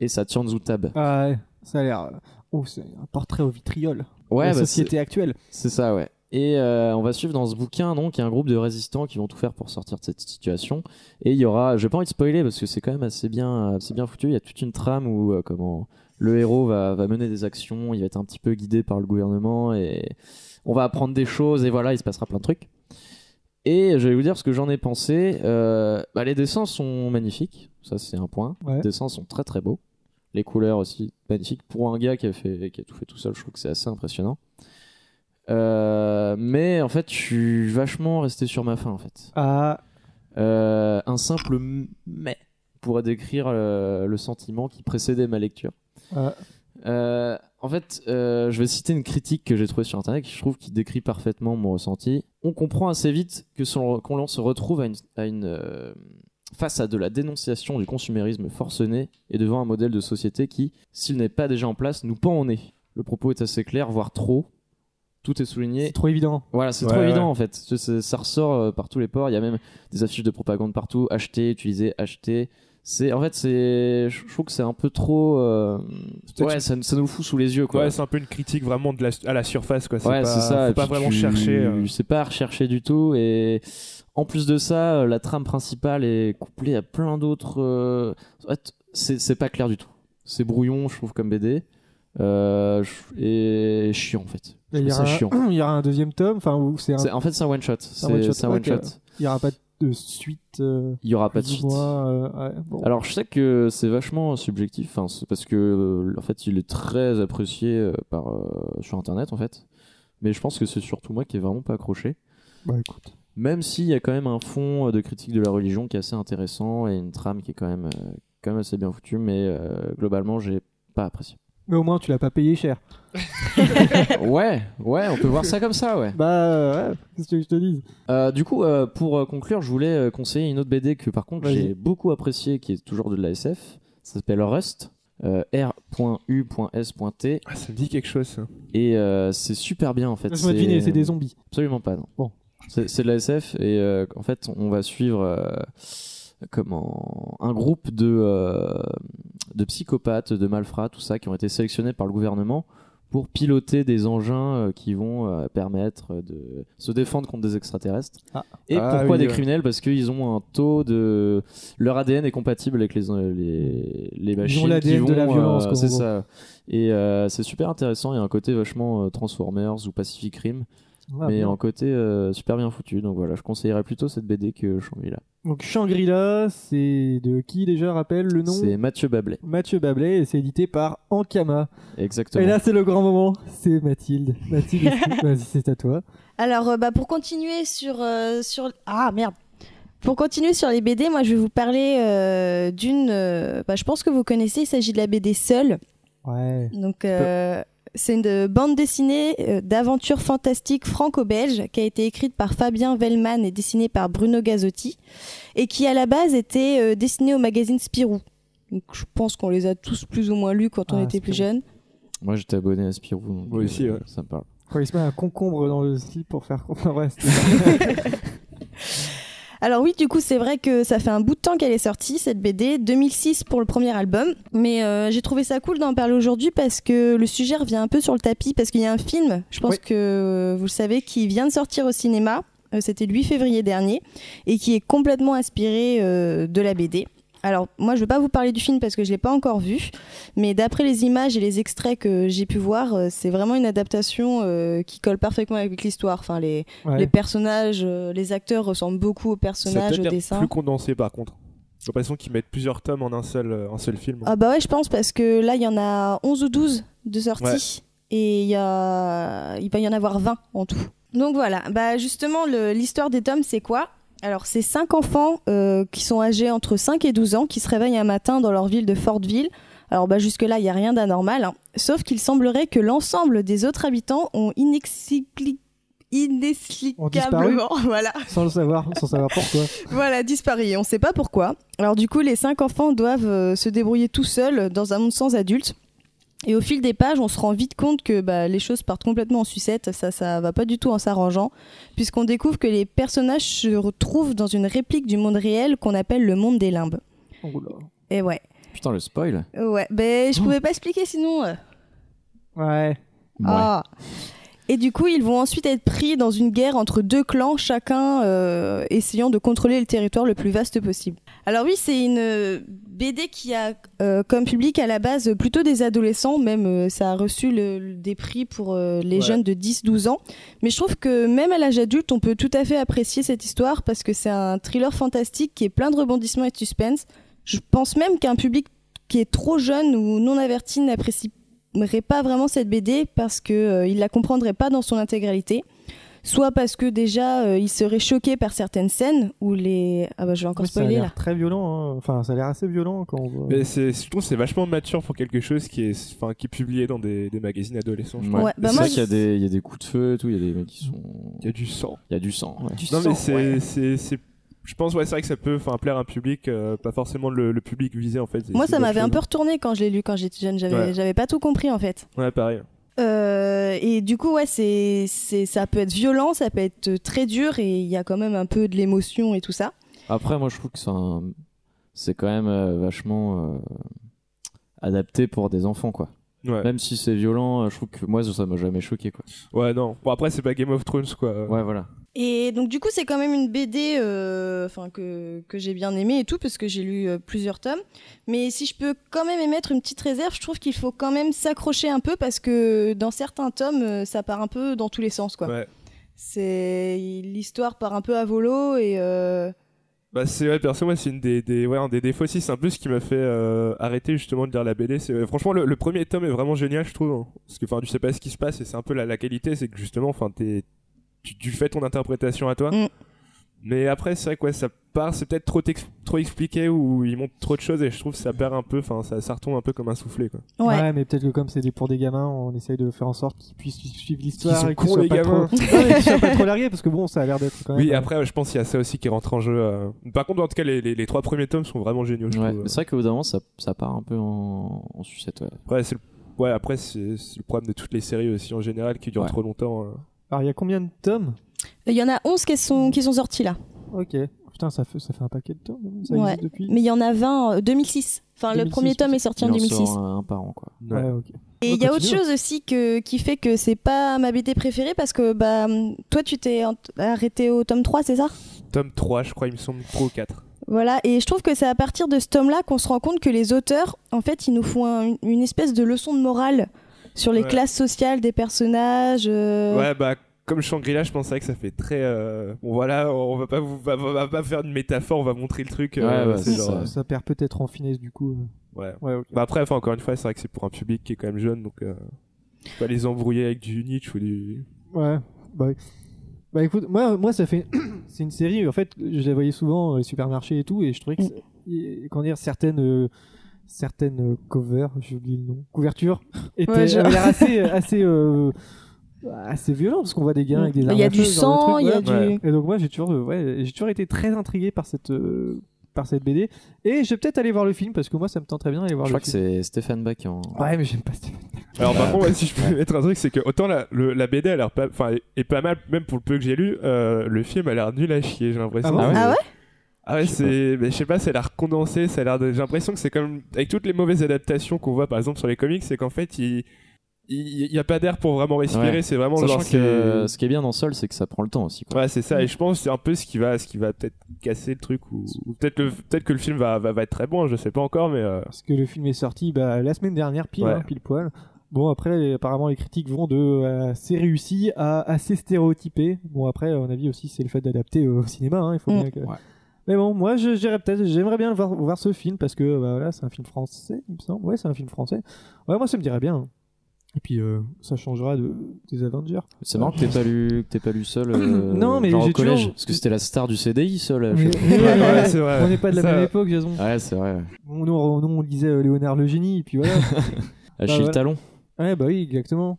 Speaker 3: et sa Tianzhu Tab.
Speaker 1: Ah ouais, ça a l'air. Oh, c'est un portrait au vitriol.
Speaker 3: Ouais,
Speaker 1: la
Speaker 3: bah, c'est-
Speaker 1: société actuelle.
Speaker 3: C'est ça, ouais. Et euh, on va suivre dans ce bouquin, donc, il y a un groupe de résistants qui vont tout faire pour sortir de cette situation. Et il y aura, j'ai pas envie de spoiler parce que c'est quand même assez bien, euh, c'est bien foutu. Il y a toute une trame où euh, comment le héros va, va mener des actions, il va être un petit peu guidé par le gouvernement et on va apprendre des choses et voilà, il se passera plein de trucs. Et je vais vous dire ce que j'en ai pensé. Euh, bah, les dessins sont magnifiques, ça c'est un point.
Speaker 1: Ouais.
Speaker 3: Les dessins sont très très beaux. Les couleurs aussi magnifiques. Pour un gars qui a, fait, qui a tout fait tout seul, je trouve que c'est assez impressionnant. Euh, mais en fait, je suis vachement resté sur ma faim en fait.
Speaker 1: Ah,
Speaker 3: Euh, un simple m- mais pourrait décrire euh, le sentiment qui précédait ma lecture.
Speaker 1: Ah.
Speaker 3: Euh, en fait, euh, je vais citer une critique que j'ai trouvée sur internet qui je trouve qui décrit parfaitement mon ressenti. On comprend assez vite que son- qu'on l'on se retrouve à une, à une, euh, face à de la dénonciation du consumérisme forcené et devant un modèle de société qui, s'il n'est pas déjà en place, nous pend au nez. Le propos est assez clair, voire trop. Tout est souligné
Speaker 1: c'est trop évident.
Speaker 3: voilà, c'est
Speaker 4: Ouais,
Speaker 3: trop
Speaker 4: ouais.
Speaker 3: évident en fait. C'est- c'est- ça ressort euh, par tous les ports. Il y a même des affiches de propagande partout. Acheter, utiliser, acheter. C'est en fait, c'est. Je je trouve que c'est un peu trop. euh,
Speaker 4: peut-être
Speaker 3: Ouais, ça, ça nous le fout sous les yeux quoi.
Speaker 4: Ouais, c'est un peu une critique vraiment de la, à la surface, quoi. C'est
Speaker 3: Ouais,
Speaker 4: pas,
Speaker 3: c'est ça.
Speaker 4: Faut
Speaker 3: Et
Speaker 4: pas
Speaker 3: puis
Speaker 4: vraiment
Speaker 3: tu-
Speaker 4: chercher. euh.
Speaker 3: C'est pas recherché du tout. Et en plus de ça, euh, la trame principale est couplée à plein d'autres. euh, En fait, c'est c'est pas clair du tout. C'est brouillon, je trouve, comme BD. Euh, je- et chiant en fait. Je
Speaker 1: Il
Speaker 3: trouve
Speaker 1: y,
Speaker 3: ça
Speaker 1: aura,
Speaker 3: chiant.
Speaker 1: il y aura un deuxième tome, enfin, où c'est un-
Speaker 3: C'est- En fait, c'est un one shot. C'est
Speaker 1: one shot,
Speaker 3: c'est un one
Speaker 1: ok.
Speaker 3: shot.
Speaker 1: il n'y aura pas de suite. euh,
Speaker 3: Il y aura pas de
Speaker 1: plus ou
Speaker 3: suite.
Speaker 1: moins, euh, ouais, bon.
Speaker 3: Alors je sais que c'est vachement subjectif, hein, c'est parce que euh, en fait il est très apprécié euh, par euh, sur internet en fait, mais je pense que c'est surtout moi qui ai vraiment pas accroché.
Speaker 1: Bah, écoute.
Speaker 3: Même s'il y a quand même un fond euh, de critique de la religion qui est assez intéressant et une trame qui est quand même euh, quand même assez bien foutue, mais euh, globalement j'ai pas apprécié.
Speaker 1: Mais au moins, tu l'as pas payé cher.
Speaker 3: ouais, ouais, on peut voir ça comme ça, ouais.
Speaker 1: Bah, euh, ouais, qu'est-ce que je te dis
Speaker 3: Euh, du coup, euh, pour euh, conclure, je voulais euh, conseiller une autre BD que par contre
Speaker 1: Vas-y.
Speaker 3: j'ai beaucoup appréciée, qui est toujours de la SF. Ça s'appelle Rust, euh, R.U.S.T.
Speaker 4: Ah, ça me dit quelque chose. ça.
Speaker 3: Et euh, c'est super bien en fait.
Speaker 1: Laisse-moi deviner, c'est des zombies.
Speaker 3: Absolument pas, non.
Speaker 1: Bon.
Speaker 3: C'est c'est de la SF et euh, en fait on va suivre euh, comment un groupe de euh, de psychopathes, de malfrats, tout ça, qui ont été sélectionnés par le gouvernement pour piloter des engins euh, qui vont euh, permettre de se défendre contre des extraterrestres.
Speaker 1: Ah.
Speaker 3: Et
Speaker 4: Ah
Speaker 3: pourquoi
Speaker 4: oui,
Speaker 3: des
Speaker 4: ouais.
Speaker 3: criminels Parce qu'ils ont un taux de leur ADN est compatible avec les les, les machines qui
Speaker 1: l'ADN de
Speaker 3: vont,
Speaker 1: la violence,
Speaker 3: euh,
Speaker 1: quoi, en
Speaker 3: c'est
Speaker 1: gros.
Speaker 3: ça. Et euh, c'est super intéressant. Il y a un côté vachement euh, Transformers ou Pacific Rim,
Speaker 1: Ah,
Speaker 3: mais
Speaker 1: bien.
Speaker 3: un côté euh, super bien foutu. Donc voilà, je conseillerais plutôt cette BD que Shangri-La.
Speaker 1: Donc Shangri-La, c'est de qui déjà rappelle le nom
Speaker 3: C'est Mathieu Bablet.
Speaker 1: Mathieu Bablet et c'est édité par Ankama.
Speaker 3: Exactement.
Speaker 1: Et là, c'est le grand moment. C'est Mathilde. Mathilde, est-ce que- vas-y, c'est à toi.
Speaker 2: Alors, euh, bah, pour continuer sur, euh, sur. Ah merde! Pour continuer sur les BD, moi je vais vous parler euh, d'une. euh, bah, je pense que vous connaissez, il s'agit de la BD Seule.
Speaker 1: Ouais.
Speaker 2: Donc, euh, c'est une euh, bande dessinée euh, d'aventure fantastique franco-belge qui a été écrite par Fabien Vellman et dessinée par Bruno Gazzotti et qui à la base était euh, dessinée au magazine Spirou. Donc, je pense qu'on les a tous plus ou moins lus quand on
Speaker 1: Ah,
Speaker 2: était plus
Speaker 1: Spirou.
Speaker 2: jeunes.
Speaker 3: Moi, j'étais abonné à Spirou. donc, euh,
Speaker 4: Moi aussi, ouais.
Speaker 3: Ça me parle.
Speaker 1: Quand il se met un concombre dans le slip pour faire. Enfin, ouais, c'était-
Speaker 2: Alors oui, du coup, c'est vrai que ça fait un bout de temps qu'elle est sortie, cette BD, 2006 pour le premier album. Mais euh, j'ai trouvé ça cool d'en parler aujourd'hui parce que le sujet revient un peu sur le tapis, parce qu'il y a un film, je pense
Speaker 1: Oui.
Speaker 2: que euh, vous le savez, qui vient de sortir au cinéma, euh, c'était le 8 février dernier, et qui est complètement inspiré euh, de la BD. Alors moi, je ne vais pas vous parler du film parce que je ne l'ai pas encore vu, mais d'après les images et les extraits que j'ai pu voir, euh, c'est vraiment une adaptation euh, qui colle parfaitement avec l'histoire. Enfin, les,
Speaker 1: ouais.
Speaker 2: les personnages, euh, les acteurs ressemblent beaucoup aux
Speaker 4: Ça a
Speaker 2: personnages, au
Speaker 4: peut-être l'air
Speaker 2: dessin.
Speaker 4: plus condensé par contre. J'ai l'impression qu'ils mettent plusieurs tomes en un seul, euh, un seul film.
Speaker 2: Ah bah ouais, je pense parce que là, il y en a 11 ou 12 de sorties et il y a... il va y en avoir 20 en tout. Donc voilà, bah justement, le- l'histoire des tomes, c'est quoi alors, c'est cinq enfants euh, qui sont âgés entre 5 et 12 ans qui se réveillent un matin dans leur ville de Fortville. Alors, bah, jusque-là, il n'y a rien d'anormal. hein. Sauf qu'il semblerait que l'ensemble des autres habitants ont inexplicablement.
Speaker 1: Ont disparu
Speaker 2: voilà.
Speaker 1: Sans le savoir, sans savoir pourquoi.
Speaker 2: Voilà, disparu. On ne sait pas pourquoi. Alors du coup, les cinq enfants doivent euh, se débrouiller tout seuls dans un monde sans adultes. Et au fil des pages, on se rend vite compte que bah, les choses partent complètement en sucette. Ça, ça va pas du tout en s'arrangeant, puisqu'on découvre que les personnages se retrouvent dans une réplique du monde réel qu'on appelle le monde des limbes.
Speaker 1: Oh là.
Speaker 2: Et ouais,
Speaker 3: Putain, le spoil.
Speaker 2: ouais. Ben, je pouvais pas expliquer sinon. euh.
Speaker 1: Ouais.
Speaker 2: Ah. Et du coup, ils vont ensuite être pris dans une guerre entre deux clans, chacun euh, essayant de contrôler le territoire le plus vaste possible. Alors oui, c'est une euh, BD qui a euh, comme public à la base euh, plutôt des adolescents, même euh, ça a reçu le- le- des prix pour euh, les
Speaker 4: Ouais.
Speaker 2: jeunes de 10-12 ans. Mais je trouve que même à l'âge adulte, on peut tout à fait apprécier cette histoire parce que c'est un thriller fantastique qui est plein de rebondissements et de suspense. Je pense même qu'un public qui est trop jeune ou non averti n'apprécie n'aimerait pas vraiment cette BD parce que euh, il la comprendrait pas dans son intégralité, soit parce que déjà euh, il serait choqué par certaines scènes où les ah bah je vais encore
Speaker 1: Oui, ça a
Speaker 2: spoiler
Speaker 1: l'air
Speaker 2: là. Euh,
Speaker 1: très violent. hein. Enfin, ça a l'air assez violent quand on voit.
Speaker 4: Mais c'est, je trouve que c'est vachement mature pour quelque chose qui est, enfin, qui est publié dans des, des magazines adolescents. je
Speaker 3: Ouais.
Speaker 4: trouve.
Speaker 2: Ouais, bah
Speaker 3: c'est
Speaker 2: moi,
Speaker 3: vrai qu'il y a
Speaker 2: je-
Speaker 3: des, il y a des coups de feu et tout, il y a des mecs qui sont.
Speaker 4: Il y a du sang.
Speaker 3: Il y a du sang. ouais.
Speaker 4: non mais c'est, c'est, c'est- je pense ouais, c'est vrai que ça peut, enfin, plaire à un public, euh, pas forcément le, le public visé en fait. C'est-
Speaker 2: Moi
Speaker 4: c'est
Speaker 2: ça
Speaker 4: une bonne
Speaker 2: m'avait un
Speaker 4: chose, hein.
Speaker 2: peu retourné quand je l'ai lu quand j'étais jeune, j'avais
Speaker 4: Ouais.
Speaker 2: j'avais pas tout compris en fait.
Speaker 4: hein. Ouais, pareil.
Speaker 2: Euh, et du coup ouais c'est c'est ça peut être violent, ça peut être euh, très dur et il y a quand même un peu de l'émotion et tout ça.
Speaker 3: Après, moi, je trouve que c'est un- c'est quand même euh, vachement euh, adapté pour des enfants, quoi.
Speaker 4: Ouais.
Speaker 3: Même si c'est violent, euh, je trouve que moi, ça ça m'a jamais choqué, quoi.
Speaker 4: Ouais, non. Bon après c'est pas Game of Thrones quoi.
Speaker 3: Ouais, voilà.
Speaker 2: Et donc du coup c'est quand même une BD euh, enfin que, que j'ai bien aimée et tout parce que j'ai lu euh, plusieurs tomes. Mais si je peux quand même émettre une petite réserve, je trouve qu'il faut quand même s'accrocher un peu parce que dans certains tomes euh, ça part un peu dans tous les sens quoi.
Speaker 4: Ouais.
Speaker 2: C'est l'histoire part un peu à volo et euh,
Speaker 4: Bah c'est ouais, perso moi c'est une des, des ouais un des défauts aussi c'est un peu ce qui m'a fait euh, arrêter justement de lire la BD c'est euh, franchement le, le premier tome est vraiment génial je trouve hein. parce que enfin tu sais pas ce qui se passe et c'est un peu la, la qualité c'est que justement enfin t'es tu, tu fais ton interprétation à toi
Speaker 2: Mm.
Speaker 4: mais après c'est vrai que ouais, ça part c'est peut-être trop t'ex- trop expliqué ou ils montrent trop de choses et je trouve que ça perd un peu enfin ça, ça retombe un peu comme un soufflé quoi
Speaker 2: ouais.
Speaker 1: Ouais, mais peut-être que comme c'est des- pour des gamins, on essaye de faire en sorte qu'ils puissent suivre l'histoire.
Speaker 4: sont
Speaker 1: et qu'ils
Speaker 4: cons,
Speaker 1: soient
Speaker 4: les
Speaker 1: pas
Speaker 4: gamins.
Speaker 1: Trop... Ouais, qu'ils soient pas trop largués, parce que bon, ça a l'air d'être quand même. euh,
Speaker 4: oui après ouais, je pense qu'il y a ça aussi qui rentre en jeu euh. par contre en tout cas les, les, les trois premiers tomes sont vraiment géniaux je
Speaker 3: Ouais.
Speaker 4: trouve euh.
Speaker 1: euh,
Speaker 3: Mais C'est vrai qu'au bout d'un moment, ça, ça part un peu en, en sucette, ouais.
Speaker 4: ouais c'est le- ouais, après c'est c'est le problème de toutes les séries aussi en général qui durent
Speaker 3: Ouais.
Speaker 4: trop longtemps euh.
Speaker 1: Alors, il y a combien de tomes
Speaker 2: il y en a 11 qui sont qui sont sortis là.
Speaker 1: Ok. Putain, ça fait, ça fait un paquet de temps. non Ça
Speaker 2: Ouais.
Speaker 1: existe depuis.
Speaker 2: mais il y en a 20 euh, 2006. Enfin, le
Speaker 1: 2006,
Speaker 2: premier tome est sorti en
Speaker 3: Il en
Speaker 2: 2006.
Speaker 3: sort un, un par an, quoi.
Speaker 1: Ouais, ok.
Speaker 2: Et
Speaker 1: Ouais,
Speaker 2: il y a autre
Speaker 1: continue.
Speaker 2: chose aussi que, qui fait que c'est pas ma BD préférée parce que bah toi tu t'es en- arrêté au tome 3, c'est ça
Speaker 4: Tome 3, je crois, il me semble, 3 ou 4.
Speaker 2: Voilà, et je trouve que c'est à partir de ce tome-là qu'on se rend compte que les auteurs, en fait, ils nous font un- une espèce de leçon de morale sur les
Speaker 4: Ouais.
Speaker 2: classes sociales des personnages. euh,
Speaker 4: Ouais, bah, comme Shangri-La, je pensais que ça fait très. euh, Bon, voilà, on va pas, vous... va- va- va pas faire une métaphore, on va montrer le truc. euh,
Speaker 3: Ouais, ouais,
Speaker 4: c'est
Speaker 3: c'est
Speaker 4: genre.
Speaker 1: Ça, ça perd peut-être en finesse du coup. euh.
Speaker 4: Ouais.
Speaker 1: Ouais, ok.
Speaker 4: Bah, après, enfin, encore une fois, c'est vrai que c'est pour un public qui est quand même jeune, donc. euh, faut Pas les embrouiller avec du Nietzsche ou du.
Speaker 1: Ouais, bah, oui. Bah, écoute, moi, moi ça fait. C'est une série, en fait, je la voyais souvent dans les supermarchés et tout, et je trouvais que.
Speaker 2: Mm.
Speaker 1: ça- et- Comment dire, certaines. euh, certaines euh, covers, j'ai oublié le nom, couvertures, étaient,
Speaker 2: Ouais, je-
Speaker 1: avaient l'air assez. assez euh, assez violentes, parce qu'on voit des gains avec des
Speaker 2: Il
Speaker 1: armes
Speaker 2: y a
Speaker 1: à
Speaker 2: du
Speaker 1: feu, ce genre de
Speaker 2: sang,
Speaker 1: truc,
Speaker 2: il y a
Speaker 1: ouais.
Speaker 2: du.
Speaker 4: Ouais.
Speaker 1: Et donc moi j'ai toujours, euh, ouais, j'ai toujours été très intrigué par cette, euh, par cette BD. Et je vais peut-être aller voir le film parce que moi ça me tente très bien d'aller voir
Speaker 3: Je
Speaker 1: le
Speaker 3: crois que
Speaker 1: film.
Speaker 3: c'est Stéphane Bach qui en.
Speaker 1: Ouais mais j'aime pas Stephen.
Speaker 4: Alors, par
Speaker 3: Bah,
Speaker 4: contre, ouais, si je peux mettre un truc, c'est que autant la, le- la BD a l'air pas. Enfin, est- est pas mal, même pour le peu que j'ai lu, euh, le film a l'air nul à chier, j'ai l'impression.
Speaker 1: Ah bon
Speaker 2: Ah ouais
Speaker 4: Ah ouais,
Speaker 3: Je sais
Speaker 4: c'est. mais Je sais pas, ça a l'air condensé, ça a l'air. de- J'ai l'impression que c'est comme. Avec toutes les mauvaises adaptations qu'on voit par exemple sur les comics, c'est qu'en fait, il. Il n'y a pas d'air pour vraiment respirer,
Speaker 3: Ouais.
Speaker 4: c'est vraiment
Speaker 3: Sachant
Speaker 4: genre. c'est-
Speaker 3: que euh, ce qui est bien dans Sol, c'est que ça prend le temps aussi. Quoi.
Speaker 4: Ouais, c'est ça, et je pense que c'est un peu ce qui va, ce qui va peut-être casser le truc, ou, ou peut-être le... peut que le film va, va, va être très bon, je sais pas encore, mais. euh,
Speaker 1: Parce que le film est sorti bah, la semaine dernière, pile,
Speaker 4: Ouais.
Speaker 1: hein, pile poil. Bon, après, les- apparemment, les critiques vont de euh, assez réussi à assez stéréotypé. Bon, après, à mon avis aussi, c'est le fait d'adapter euh, au cinéma. hein, il faut
Speaker 2: Mm.
Speaker 1: bien que-
Speaker 3: Ouais.
Speaker 1: Mais bon, moi, je- j'irais peut-être, j'aimerais bien voir, voir ce film parce que bah, voilà, c'est un film français, il me semble. Ouais, c'est un film français. Ouais, moi, ça me dirait bien. Et puis, euh, ça changera de, des Avengers.
Speaker 3: C'est marrant que t'aies pas lu, que t'aies pas lu Sol. euh,
Speaker 1: Non, mais
Speaker 3: genre au
Speaker 1: j'ai
Speaker 3: collège,
Speaker 1: toujours-
Speaker 3: parce que c'était la star du CDI, Sol. à
Speaker 1: Mais-
Speaker 3: chaque-
Speaker 1: mais-
Speaker 4: Ouais, ouais, c'est vrai.
Speaker 1: On n'est pas de la
Speaker 4: Ça- Ah.
Speaker 1: même époque, Jason.
Speaker 3: Ouais, c'est vrai.
Speaker 1: Nous, on, nous, on lisait euh, Léonard le génie, et puis voilà.
Speaker 3: Achille
Speaker 1: Ah, voilà.
Speaker 3: Talon.
Speaker 1: ouais, bah oui, exactement.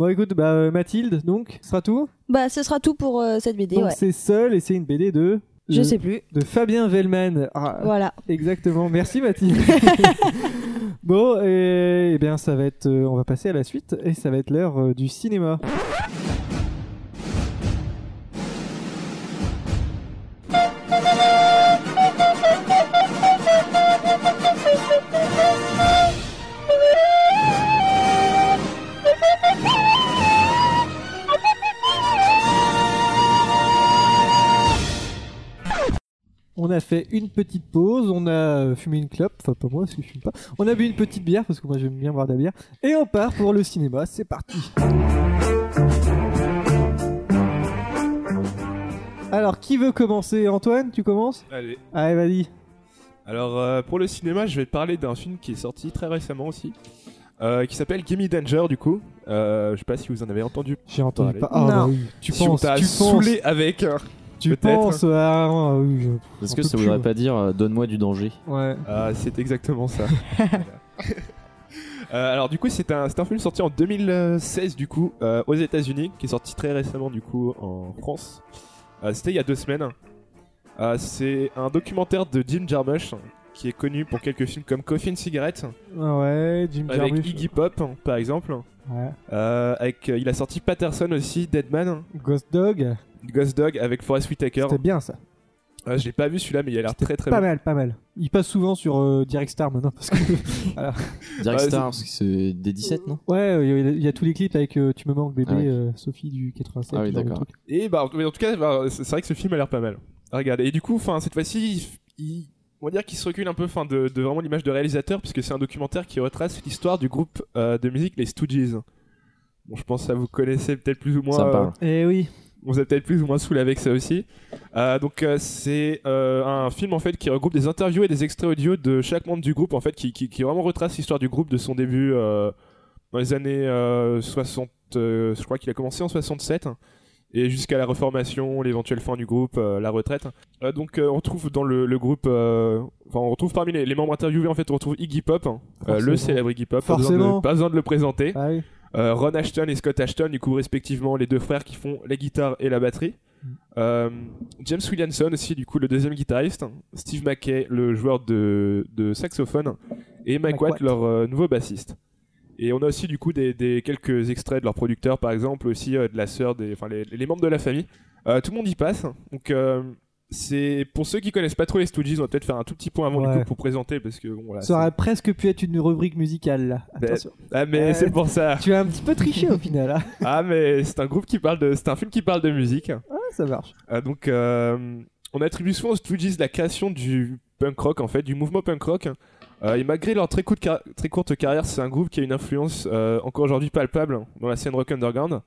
Speaker 1: Bon, écoute, bah, euh, Mathilde, donc, ce sera tout.
Speaker 2: Bah, ce sera tout pour euh, cette BD,
Speaker 1: Donc
Speaker 2: ouais.
Speaker 1: c'est seul et c'est une BD de
Speaker 2: Je
Speaker 1: de-
Speaker 2: sais plus.
Speaker 1: de Fabien Vellman. Ah,
Speaker 2: Voilà.
Speaker 1: Exactement. Merci Mathilde. bon, et, eh bien ça va être, euh, on va passer à la suite et ça va être l'heure euh, du cinéma. On a fait une petite pause, on a fumé une clope, enfin pas moi parce que je fume pas. On a bu une petite bière parce que moi j'aime bien boire de la bière et on part pour le cinéma. C'est parti. Alors qui veut commencer Antoine, tu commences
Speaker 4: Allez.
Speaker 1: Allez, vas-y.
Speaker 4: Alors euh, pour le cinéma, je vais te parler d'un film qui est sorti très récemment aussi, euh, qui s'appelle Gimme Danger du coup. Euh, je sais pas si vous en avez entendu.
Speaker 1: J'ai entendu
Speaker 4: Allez.
Speaker 1: pas. Ah,
Speaker 2: Non.
Speaker 1: bah oui. Tu
Speaker 4: Si on
Speaker 1: penses,
Speaker 4: t'a
Speaker 1: tu penses,
Speaker 4: saoulé avec. hein.
Speaker 1: tu
Speaker 4: peut-être.
Speaker 1: penses à- ah, oui, je-
Speaker 3: Est-ce
Speaker 1: On
Speaker 3: que
Speaker 1: peut
Speaker 3: ça
Speaker 1: plus,
Speaker 3: voudrait
Speaker 1: ouais.
Speaker 3: pas dire euh, donne-moi du danger
Speaker 1: Ouais.
Speaker 4: Ah, c'est exactement ça. Voilà. Euh, alors du coup, c'est un, c'est un film sorti en 2016 du coup euh, aux États-Unis, qui est sorti très récemment du coup en France. Euh, C'était il y a deux semaines. Euh, c'est un documentaire de Jim Jarmusch qui est connu pour quelques films comme Coffin Cigarette
Speaker 1: Ah ouais, Jim
Speaker 4: avec
Speaker 1: Jarmusch.
Speaker 4: Iggy Pop par exemple.
Speaker 1: Ouais.
Speaker 4: Euh, avec, euh, il a sorti Patterson aussi, Deadman,
Speaker 1: Ghost Dog,
Speaker 4: Ghost Dog avec Forest Whitaker.
Speaker 1: c'était bien ça.
Speaker 4: Euh, je l'ai pas vu celui-là, mais il a l'air très très
Speaker 1: Pas
Speaker 4: bon.
Speaker 1: mal, pas mal. Il passe souvent sur euh, Direct Star maintenant parce que
Speaker 3: Direct
Speaker 4: Ouais,
Speaker 3: Star, parce que c'est des 17, non
Speaker 1: ouais, euh, il y a- il y, a tous les clips avec euh, Tu me manques bébé,
Speaker 3: Ah ouais.
Speaker 1: euh, Sophie du 87.
Speaker 3: Ah oui,
Speaker 1: ce genre de
Speaker 3: d'accord.
Speaker 1: truc.
Speaker 4: Et bah, en mais en tout cas, bah, c'est c'est vrai que ce film a l'air pas mal. Ah, Regarde. Et du coup, enfin, cette fois-ci, il- il- on va dire qu'il se recule un peu, enfin, de, de vraiment l'image de réalisateur, puisque c'est un documentaire qui retrace l'histoire du groupe euh, de musique les Stooges. Bon, je pense que ça vous connaissez peut-être plus ou moins.
Speaker 3: Ça me
Speaker 4: euh,
Speaker 3: parle.
Speaker 1: Eh oui.
Speaker 4: on vous a peut-être plus ou moins saoulé avec ça aussi. Euh, donc euh, c'est euh, un film en fait qui regroupe des interviews et des extraits audio de chaque membre du groupe en fait qui, qui, qui vraiment retrace l'histoire du groupe de son début euh, dans les années euh, 60. euh, je crois qu'il a commencé en 67 hein, et jusqu'à la reformation, l'éventuelle fin du groupe, euh, la retraite. Euh, donc euh, on retrouve dans le, le groupe, euh, enfin on retrouve parmi les, les membres interviewés en fait on retrouve Iggy Pop, hein, euh,
Speaker 1: Forcément.
Speaker 4: le célèbre Iggy Pop, pas besoin de-
Speaker 1: Forcément.
Speaker 4: pas besoin de le présenter.
Speaker 1: Ah oui.
Speaker 4: Euh, Ron Ashton et Scott Ashton, du coup, respectivement, les deux frères qui font la guitare et la batterie.
Speaker 1: Mm.
Speaker 4: Euh, James Williamson aussi, du coup, le deuxième guitariste. Steve Mackey, le joueur de, de saxophone. Et Mike Watt,
Speaker 1: Watt.
Speaker 4: leur euh, nouveau bassiste. Et on a aussi, du coup, des, des- quelques extraits de leurs producteurs, par exemple, aussi euh, de la sœur, des, enfin, les, les membres de la famille. Euh, tout le monde y passe. Donc, euh, C'est pour ceux qui connaissent pas trop les Stooges, on va peut-être faire un tout petit point avant du
Speaker 1: Ouais.
Speaker 4: coup pour présenter parce que bon voilà,
Speaker 1: Ça aurait presque pu être une rubrique musicale. là.
Speaker 4: Ben-
Speaker 1: Attention.
Speaker 4: c'est- Ah mais
Speaker 1: Euh,
Speaker 4: c'est pour ça.
Speaker 1: Tu as un petit peu triché au final. hein.
Speaker 4: ah mais c'est un groupe qui parle de c'est un film qui parle de musique.
Speaker 1: Ouais, ça marche.
Speaker 4: Ah, donc euh, on attribue souvent aux Stooges la création du punk rock en fait, du mouvement punk rock. Euh, et malgré leur très, courte car- très courte carrière, c'est un groupe qui a une influence euh, encore aujourd'hui palpable dans la scène rock underground.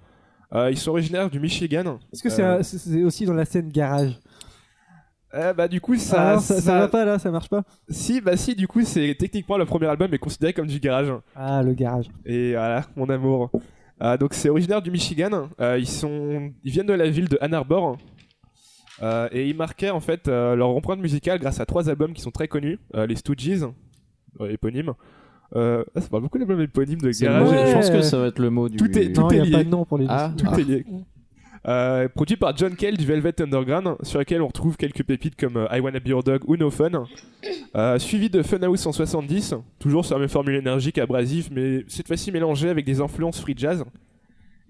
Speaker 4: Euh, ils sont originaires du Michigan.
Speaker 1: Est-ce que c'est
Speaker 4: Euh.
Speaker 1: un- c'est c'est aussi dans la scène garage
Speaker 4: Eh bah du coup
Speaker 1: Ah
Speaker 4: ça,
Speaker 1: non, ça, ça va pas là, ça marche pas
Speaker 4: si bah si du coup c'est techniquement le premier album est considéré comme du garage.
Speaker 1: Ah, le garage.
Speaker 4: Et voilà, mon amour. Ah, donc c'est originaire du Michigan. Euh, ils sont, ils viennent de la ville de Ann Arbor. Euh, et ils marquaient en fait euh, leur empreinte musicale grâce à trois albums qui sont très connus, Euh, les Stooges, euh, éponyme. Euh, ah, ça parle beaucoup d'albums éponymes de
Speaker 3: C'est le
Speaker 4: garage.
Speaker 3: mot-
Speaker 1: Ouais.
Speaker 3: Je pense que ça va être le mot du.
Speaker 4: Tout est- tout
Speaker 1: non, il n'y a
Speaker 4: lié.
Speaker 1: pas de nom pour les
Speaker 3: Ah,
Speaker 1: disques.
Speaker 4: Tout est lié. Euh, produit par John Cale du Velvet Underground, sur lequel on retrouve quelques pépites comme euh, I Wanna Be Your Dog ou No Fun. Euh, suivi de Funhouse 170, toujours sur la même formule énergique, abrasive, mais cette fois-ci mélangée avec des influences free jazz.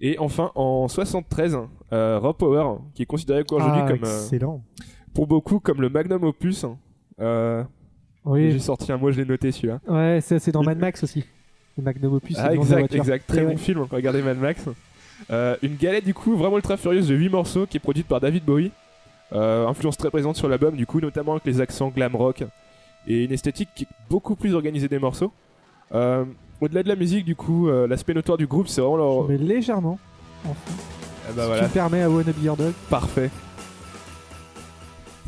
Speaker 4: Et enfin, en 73, euh, Raw Power, qui est considéré encore aujourd'hui
Speaker 1: Ah,
Speaker 4: comme, euh,
Speaker 1: excellent.
Speaker 4: pour beaucoup comme le magnum opus. Euh, J'ai
Speaker 1: Oui,
Speaker 4: sorti un mot, je l'ai noté celui-là.
Speaker 1: ouais, ça, c'est dans Mad Max aussi. Le Magnum Opus. c'est
Speaker 4: Ah,
Speaker 1: le nom de la
Speaker 4: exact,
Speaker 1: voiture.
Speaker 4: exact. Très
Speaker 1: Et
Speaker 4: bon
Speaker 1: Eh ouais.
Speaker 4: film, hein. regardez Mad Max. Euh, une galette, du coup, vraiment ultra furieuse de 8 morceaux qui est produite par David Bowie. Euh, influence très présente sur l'album, du coup, notamment avec les accents glam rock et une esthétique qui est beaucoup plus organisée des morceaux. Euh, Au-delà de la musique, du coup, euh, l'aspect notoire du groupe, c'est vraiment leur.
Speaker 1: Mais légèrement.
Speaker 4: Ah bah
Speaker 1: si
Speaker 4: voilà,
Speaker 1: Tu permets à Wanna Be Your Dog.
Speaker 4: parfait.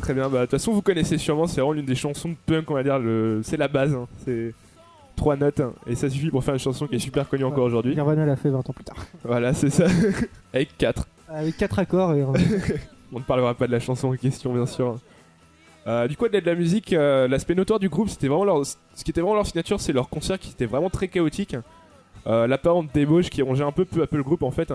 Speaker 4: Très bien, bah de toute façon, vous connaissez sûrement, c'est vraiment l'une des chansons de punk, on va dire, le... c'est la base, hein. c'est trois notes, hein. et ça suffit pour faire une chanson qui est super connue encore aujourd'hui.
Speaker 1: Nirvana l'a fait 20 ans plus tard.
Speaker 4: Voilà, c'est ça. Avec 4.
Speaker 1: Avec 4 accords et un-
Speaker 4: On ne parlera pas de la chanson en question, bien sûr. Euh, du coup, au-delà de la musique, euh, l'aspect notoire du groupe, c'était vraiment leur... ce qui était vraiment leur signature, c'est leur concert qui était vraiment très chaotique. Euh, L'apparente débauche qui rongeait un peu peu à peu le groupe, en fait.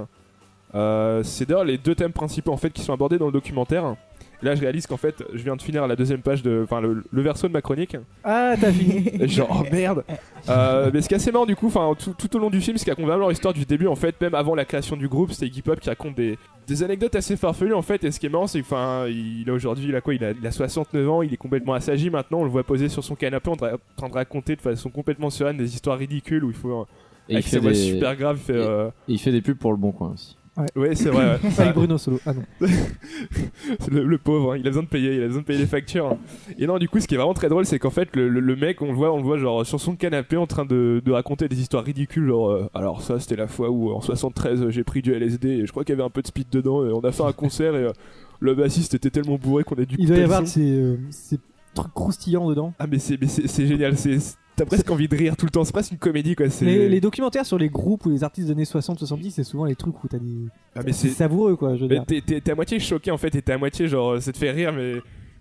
Speaker 4: Euh, c'est d'ailleurs les deux thèmes principaux, en fait, qui sont abordés dans le documentaire. Et là, je réalise qu'en fait, je viens de finir la deuxième page de. Enfin, le, le verso de ma chronique.
Speaker 1: Ah, t'as fini.
Speaker 4: Et Genre, oh, merde Euh, Mais ce qui est assez marrant, du coup, enfin, tout, tout au long du film, c'est qu'à raconte vraiment leur histoire du début, en fait, même avant la création du groupe, c'est Iggy Pop qui raconte des, des anecdotes assez farfelues, en fait. Et ce qui est marrant, c'est que, enfin, il a aujourd'hui, il a quoi il a, il a 69 ans, il est complètement assagi maintenant, on le voit posé sur son canapé, en tra- en train de raconter de façon complètement sereine des histoires ridicules où il faut. euh,
Speaker 3: Et il
Speaker 4: avec
Speaker 3: fait,
Speaker 4: sa voix
Speaker 3: des...
Speaker 4: super grave, il fait.
Speaker 3: Et-
Speaker 4: euh,
Speaker 3: il fait des pubs pour le bon coin aussi.
Speaker 4: Ouais, c'est vrai. ouais. Ça-
Speaker 1: Avec Bruno Solo. Ah non.
Speaker 4: C'est le, le pauvre, hein, il a besoin de payer, il a besoin de payer les factures. Et non, du coup, ce qui est vraiment très drôle, c'est qu'en fait, le, le- le mec, on le voit, on le voit genre sur son canapé en train de, de raconter des histoires ridicules, genre euh, alors ça, c'était la fois où en 73 euh, j'ai pris du LSD et je crois qu'il y avait un peu de speed dedans et on a fait un concert et euh, le bassiste était tellement bourré qu'on a dû
Speaker 1: Il doit y
Speaker 4: couper le
Speaker 1: avoir
Speaker 4: son.
Speaker 1: ces, euh, ces trucs croustillants dedans.
Speaker 4: Ah mais c'est mais c'est- c'est génial, c'est c'est- t'as presque envie de rire tout le temps, c'est presque une comédie quoi. c'est-
Speaker 1: Les, les documentaires sur les groupes ou les artistes des années 60-70, c'est souvent les trucs où t'as des.
Speaker 4: Ah, mais
Speaker 1: C'est
Speaker 4: c'est
Speaker 1: savoureux quoi, je veux
Speaker 4: Mais
Speaker 1: dire.
Speaker 4: t'es- t'es t'es à moitié choqué en fait, et t'es à moitié genre euh, ça te fait rire, mais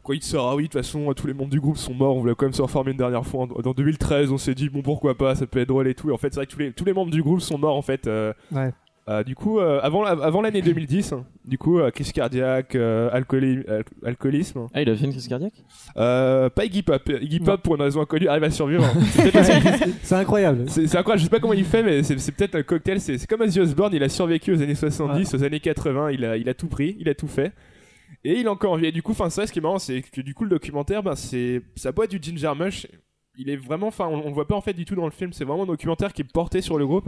Speaker 4: quoi il te sort, ah oui, de toute façon, tous les membres du groupe sont morts, on voulait quand même se reformer une dernière fois. En- Dans 2013, on s'est dit, bon pourquoi pas, ça peut être drôle et tout. Et en fait, c'est vrai que tous les, tous les membres du groupe sont morts en fait. euh,
Speaker 1: Ouais.
Speaker 4: euh, du coup, euh, avant, avant l'année 2010, hein, du coup, euh, crise cardiaque, euh, alcooli- al- alcoolisme,
Speaker 3: Ah, il a fait une crise cardiaque
Speaker 4: euh, pas Iggy Pop. Iggy Pop,
Speaker 1: Non.
Speaker 4: pour une raison inconnue, arrive à survivre. C'est peut-être parce que-
Speaker 1: C'est incroyable.
Speaker 4: c'est c'est incroyable, je sais pas comment il fait, mais c'est c'est peut-être un cocktail. C'est c'est comme Ozzy Osbourne, il a survécu aux années 70, aux années 80, il a, il a tout pris, il a tout fait. Et il est encore en vie. Et du coup, enfin, ça, ce qui est marrant, c'est que du coup, le documentaire, ben, c'est ça boit du Ginger Mush. Il est vraiment, enfin, on, on le voit pas en fait du tout dans le film. C'est vraiment un documentaire qui est porté sur le groupe.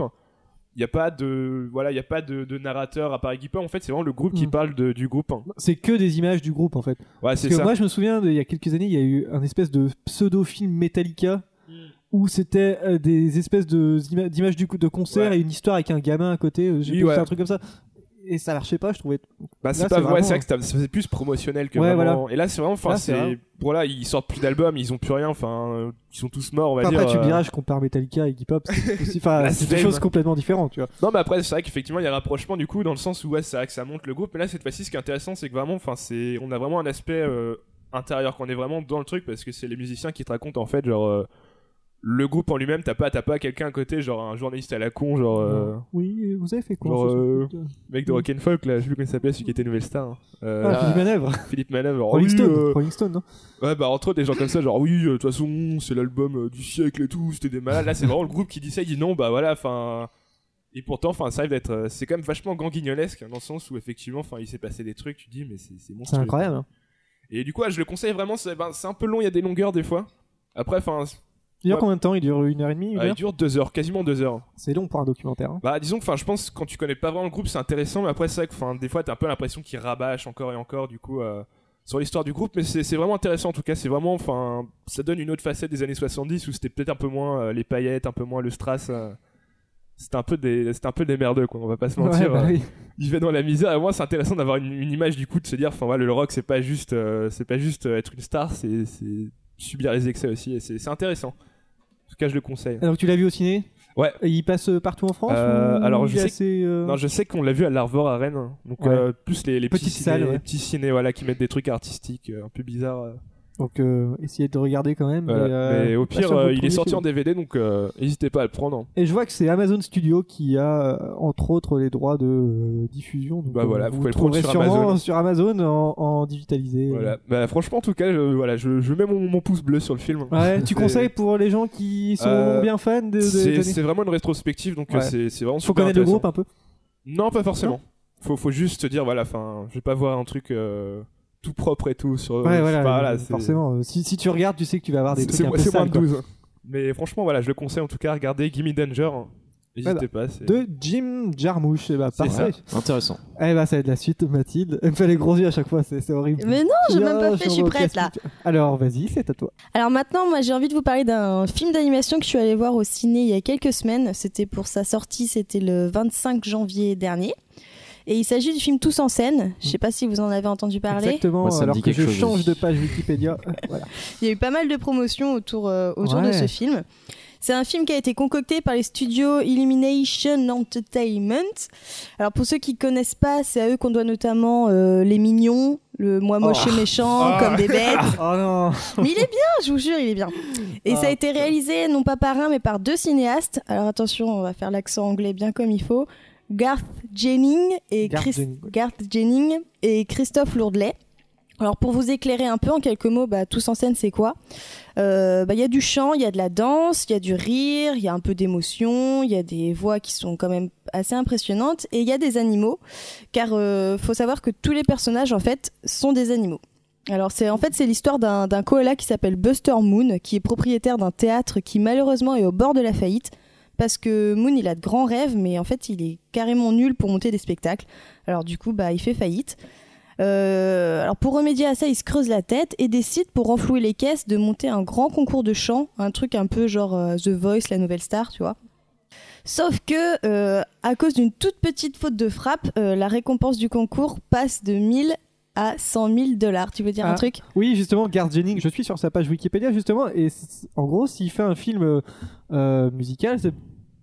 Speaker 4: Il n'y a pas de, voilà, il y a pas de, de narrateur à part Iggy Pop. En fait, c'est vraiment le groupe qui
Speaker 1: Mm.
Speaker 4: parle de- du groupe.
Speaker 1: C'est que des images du groupe en fait.
Speaker 4: Ouais,
Speaker 1: Parce
Speaker 4: c'est
Speaker 1: que
Speaker 4: ça.
Speaker 1: moi je me souviens de- il y a quelques années, il y a eu un espèce de pseudo-film Metallica où c'était euh, des espèces de ima- d'images du coup de concert
Speaker 4: Ouais.
Speaker 1: et une histoire avec un gamin à côté, euh, j'ai
Speaker 4: Oui,
Speaker 1: plus,
Speaker 4: ouais.
Speaker 1: un truc comme ça. Et ça marchait pas, je trouvais.
Speaker 4: Bah, c'est
Speaker 1: Là,
Speaker 4: pas
Speaker 1: c'est
Speaker 4: vrai,
Speaker 1: vraiment-
Speaker 4: c'est vrai que c'était- c'est plus promotionnel que
Speaker 1: Ouais,
Speaker 4: vraiment. Et là, c'est vraiment, enfin,
Speaker 1: Là, c'est
Speaker 4: c'est,
Speaker 1: vrai.
Speaker 4: voilà, ils sortent plus d'albums, ils ont plus rien, enfin, euh, ils sont tous morts, on va
Speaker 1: Enfin,
Speaker 4: dire.
Speaker 1: après tu me
Speaker 4: euh.
Speaker 1: diras, je compare Metallica et Iggy Pop, c'est aussi- enfin,
Speaker 4: Là,
Speaker 1: c'est
Speaker 4: c'est
Speaker 1: des choses
Speaker 4: même.
Speaker 1: complètement différentes, tu vois.
Speaker 4: Non, mais après, c'est vrai qu'effectivement, il y a rapprochement du coup, dans le sens où, ouais, c'est vrai que ça monte le groupe. Mais là, cette fois-ci, ce qui est intéressant, c'est que vraiment, enfin, c'est, on a vraiment un aspect euh, intérieur, qu'on est vraiment dans le truc, parce que c'est les musiciens qui te racontent, en fait, genre, euh, le groupe en lui-même, t'as pas, t'as pas quelqu'un à côté, genre, un journaliste à la con, genre, euh,
Speaker 1: Oui, vous avez fait quoi
Speaker 4: genre,
Speaker 1: ce
Speaker 4: euh,
Speaker 1: soir
Speaker 4: mec de Rock'n'Folk, là, je sais plus comment il s'appelait, celui qui était Nouvelle Star. hein. Euh,
Speaker 1: Ah, Philippe Manœuvre,
Speaker 4: Philippe Manœuvre.
Speaker 1: Rolling
Speaker 4: Oui,
Speaker 1: Stone,
Speaker 4: euh,
Speaker 1: Rolling Stone, non
Speaker 4: Ouais, bah entre autres, des gens comme ça, genre oui, euh, de toute façon, c'est l'album euh, du siècle et tout, c'était des malades. Là, c'est vraiment le groupe qui dit ça, il dit non, bah voilà, enfin. Et pourtant, enfin, ça arrive d'être. euh, C'est quand même vachement ganguignolesque, hein, dans le sens où effectivement, enfin, il s'est passé des trucs, tu dis, mais c'est c'est
Speaker 1: C'est
Speaker 4: monstrueux.
Speaker 1: incroyable. hein.
Speaker 4: Et du coup, ouais, je le conseille vraiment. C'est ben, c'est un peu long, il y a des longueurs des fois. Après, enfin,
Speaker 1: Il dure
Speaker 4: Ouais.
Speaker 1: combien de temps Il dure une heure et demie une
Speaker 4: euh, il
Speaker 1: heure
Speaker 4: dure deux heures, quasiment deux heures.
Speaker 1: C'est long pour un documentaire. hein.
Speaker 4: Bah, disons que, enfin, je pense que quand tu connais pas vraiment le groupe, c'est intéressant, mais après, c'est vrai que, enfin, des fois, t'as un peu l'impression qu'il rabâche encore et encore, du coup, euh, sur l'histoire du groupe, mais c'est c'est vraiment intéressant, en tout cas, c'est vraiment, enfin, ça donne une autre facette des années 70 où c'était peut-être un peu moins euh, les paillettes, un peu moins le strass. euh, c'était un peu des, c'était un peu des merdeux, quoi, on va pas se mentir.
Speaker 1: Ouais, bah
Speaker 4: euh,
Speaker 1: oui.
Speaker 4: il va dans la misère. Et moi, c'est intéressant d'avoir une, une image du coup de se dire, enfin voilà, le rock, c'est pas juste, euh, c'est pas juste euh, être une star, c'est c'est subir les excès aussi. Et c'est c'est intéressant. En tout cas, je le conseille.
Speaker 1: Alors que tu l'as vu au ciné
Speaker 4: Ouais.
Speaker 1: Et il passe euh, partout en France
Speaker 4: Euh,
Speaker 1: ou
Speaker 4: alors,
Speaker 1: il
Speaker 4: je
Speaker 1: est
Speaker 4: sais
Speaker 1: assez, euh,
Speaker 4: Non, je sais qu'on l'a vu à l'Arvor à Rennes. Donc
Speaker 1: Ouais.
Speaker 4: euh, plus les, les petits
Speaker 1: Petite
Speaker 4: ciné-
Speaker 1: salle, ouais.
Speaker 4: les petits ciné, voilà, qui mettent des trucs artistiques euh, un peu bizarres. euh.
Speaker 1: Donc euh, essayez de regarder quand même.
Speaker 4: Voilà.
Speaker 1: mais, euh,
Speaker 4: Mais au
Speaker 1: pas sur
Speaker 4: pire,
Speaker 1: votre
Speaker 4: euh, il est
Speaker 1: premier
Speaker 4: sorti
Speaker 1: film.
Speaker 4: en DVD, donc euh, n'hésitez pas à le prendre.
Speaker 1: Et je vois que c'est Amazon Studio qui a euh, entre autres les droits de euh, diffusion. Donc,
Speaker 4: Bah
Speaker 1: euh,
Speaker 4: voilà, vous
Speaker 1: vous,
Speaker 4: pouvez le
Speaker 1: trouverez
Speaker 4: prendre sur
Speaker 1: sûrement
Speaker 4: Amazon.
Speaker 1: sur Amazon en, en digitalisé.
Speaker 4: Voilà. Bah, franchement, en tout cas, je, voilà, je, je mets mon, mon pouce bleu sur le film.
Speaker 1: Ouais, tu
Speaker 4: C'est-
Speaker 1: conseilles pour les gens qui sont
Speaker 4: Euh,
Speaker 1: bien fans de. de
Speaker 4: C'est
Speaker 1: des
Speaker 4: c'est
Speaker 1: années-
Speaker 4: vraiment une rétrospective, donc euh,
Speaker 1: Ouais.
Speaker 4: c'est c'est vraiment
Speaker 1: Faut
Speaker 4: super
Speaker 1: connaître le
Speaker 4: intéressant.
Speaker 1: groupe hein. un peu.
Speaker 4: Non, pas forcément. Faut, faut juste se dire, voilà, enfin, je vais pas voir un truc euh, tout propre et tout sur.
Speaker 1: Ouais,
Speaker 4: je sais
Speaker 1: voilà,
Speaker 4: pas,
Speaker 1: euh,
Speaker 4: voilà, c'est-
Speaker 1: forcément. euh, Si, si tu regardes, tu sais que tu vas avoir des
Speaker 4: C'est
Speaker 1: trucs
Speaker 4: c'est
Speaker 1: un
Speaker 4: moins
Speaker 1: peu
Speaker 4: c'est moins
Speaker 1: sales.
Speaker 4: de
Speaker 1: quoi.
Speaker 4: 12. hein. Mais franchement, voilà, je le conseille en tout cas, regardez Gimme Danger. hein. N'hésitez
Speaker 1: Voilà.
Speaker 4: pas. c'est-
Speaker 1: De Jim Jarmusch, eh bah,
Speaker 4: C'est
Speaker 1: parfait.
Speaker 3: Intéressant.
Speaker 1: Eh bah, ça va être la suite, Mathilde. Elle me fait les gros yeux à chaque fois, c'est c'est horrible.
Speaker 2: Mais non, j'ai
Speaker 1: Ah,
Speaker 2: même pas fait, je suis
Speaker 1: au
Speaker 2: prête là.
Speaker 1: casse-pipe. Alors, vas-y, c'est à toi.
Speaker 2: Alors maintenant, moi j'ai envie de vous parler d'un film d'animation que je suis allée voir au ciné il y a quelques semaines. C'était pour sa sortie, c'était le 25 janvier dernier. Et il s'agit du film Tous en scène. Je sais pas si vous en avez entendu parler.
Speaker 1: Exactement,
Speaker 3: Moi, ça me
Speaker 1: alors
Speaker 3: dit
Speaker 1: que
Speaker 3: quelque
Speaker 1: je
Speaker 3: chose
Speaker 1: change
Speaker 3: aussi.
Speaker 1: de page Wikipédia. voilà.
Speaker 2: Il y a eu pas mal de promotions autour, euh, autour de
Speaker 1: Ouais.
Speaker 2: ce film. C'est un film qui a été concocté par les studios Illumination Entertainment. Alors pour ceux qui connaissent pas, c'est à eux qu'on doit notamment euh, Les Mignons, le Moi moche et méchant,
Speaker 4: Ah.
Speaker 2: comme des bêtes.
Speaker 1: Oh non
Speaker 2: Mais il est bien, je vous jure, il est bien. Et
Speaker 1: Ah,
Speaker 2: ça a été réalisé non pas par un, mais par deux cinéastes. Alors attention, on va faire l'accent anglais bien comme il faut. Garth Jennings et
Speaker 1: Garth
Speaker 2: Chris-
Speaker 1: Jennings, ouais.
Speaker 2: Garth Jennings et Christophe Lourdelet. Alors pour vous éclairer un peu en quelques mots, bah, tous en scène c'est quoi Euh, bah, Il y a du chant, il y a de la danse, il y a du rire, il y a un peu d'émotion, il y a des voix qui sont quand même assez impressionnantes et il y a des animaux, car euh, faut savoir que tous les personnages en fait sont des animaux. Alors c'est en fait c'est l'histoire d'un d'un koala qui s'appelle Buster Moon, qui est propriétaire d'un théâtre qui malheureusement est au bord de la faillite parce que Moon il a de grands rêves mais en fait il est carrément nul pour monter des spectacles. Alors du coup bah il fait faillite. Euh, alors pour remédier à ça, il se creuse la tête et décide pour renflouer les caisses de monter un grand concours de chant, un truc un peu genre euh, The Voice, la nouvelle star, tu vois. Sauf que euh, à cause d'une toute petite faute de frappe, euh, la récompense du concours passe de 1000 à 100 000 dollars. Tu veux dire
Speaker 1: Ah.
Speaker 2: un truc
Speaker 1: Oui, justement, Garth Jennings, je suis sur sa page Wikipédia, justement, et c- en gros, s'il fait un film euh, euh, musical, c'est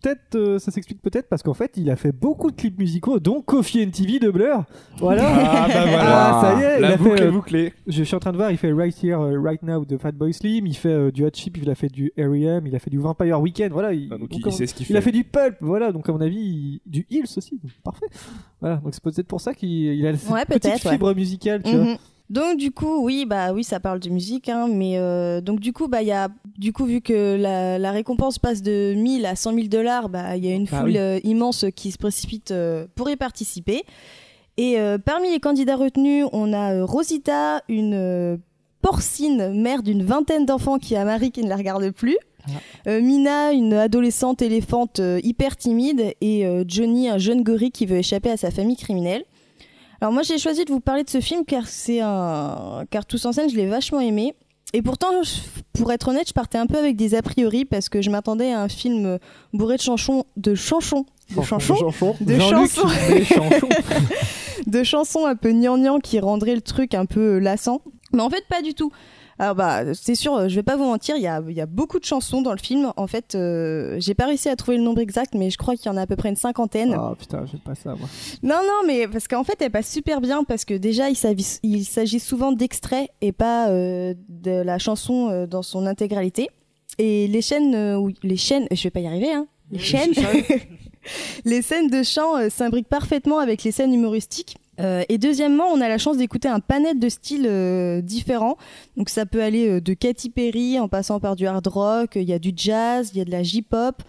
Speaker 1: peut-être, euh, ça s'explique peut-être parce qu'en fait, il a fait beaucoup de clips musicaux, dont Coffee and TV de Blur. Voilà.
Speaker 4: Ah bah voilà.
Speaker 1: Ah, ça y est, il
Speaker 4: La
Speaker 1: a fait,
Speaker 4: boucle est
Speaker 1: euh,
Speaker 4: bouclée.
Speaker 1: je suis en train de voir, il fait Right Here, euh, Right Now de Fatboy Slim, il fait euh, du Hot Chip, il a fait du R.E.M., il a fait du Vampire Weekend, voilà. Il,
Speaker 4: Ah, donc,
Speaker 1: donc,
Speaker 4: il,
Speaker 1: en-
Speaker 4: il sait ce qu'il fait.
Speaker 1: il a fait du Pulp, voilà, donc à mon avis, il- du Hills aussi, donc parfait. Voilà, donc c'est peut-être pour ça qu'il il a cette
Speaker 2: Ouais,
Speaker 1: petite
Speaker 2: peut-être, ouais.
Speaker 1: fibre musicale, tu vois.
Speaker 2: Mhm. Donc du coup, oui, bah oui, ça parle de musique, hein, mais euh, donc du coup, bah il y a, du coup, vu que la, la récompense passe de 1000 à 100 000 dollars, bah il y a une
Speaker 1: Bah
Speaker 2: foule
Speaker 1: oui.
Speaker 2: euh, immense qui se précipite euh, pour y participer. Et euh, parmi les candidats retenus, on a euh, Rosita, une euh, porcine, mère d'une vingtaine d'enfants qui a un mari qui ne la regarde plus.
Speaker 1: Ah.
Speaker 2: Euh, Mina, une adolescente éléphante euh, hyper timide, et euh, Johnny, un jeune gorille qui veut échapper à sa famille criminelle. Alors moi j'ai choisi de vous parler de ce film car c'est un car tous en scène je l'ai vachement aimé et pourtant je- pour être honnête je partais un peu avec des a priori parce que je m'attendais à un film bourré de chansons de chansons de chansons de
Speaker 1: Jean-Luc,
Speaker 2: chansons
Speaker 1: des chansons.
Speaker 2: de chansons un peu gnangnan qui rendraient le truc un peu lassant. Mais en fait, pas du tout. Alors bah, c'est sûr, euh, je vais pas vous mentir, il y a, il y a beaucoup de chansons dans le film. En fait, euh, j'ai pas réussi à trouver le nombre exact, mais je crois qu'il y en a à peu près une cinquantaine.
Speaker 1: Ah putain, j'aime pas ça, moi.
Speaker 2: Non, non, mais parce qu'en fait, elle passe super bien parce que déjà, il s'avis- il s'agit souvent d'extraits et pas euh, de la chanson euh, dans son intégralité. Et les chaînes, euh, où- les chaînes, je vais pas y arriver, hein. Les chaînes, les scènes de chant euh, s'imbriquent parfaitement avec les scènes humoristiques. Euh, et deuxièmement, on a la chance d'écouter un panel de styles euh, différents. Donc ça peut aller euh, de Katy Perry en passant par du hard rock, il y a du jazz, il y a de la J-pop,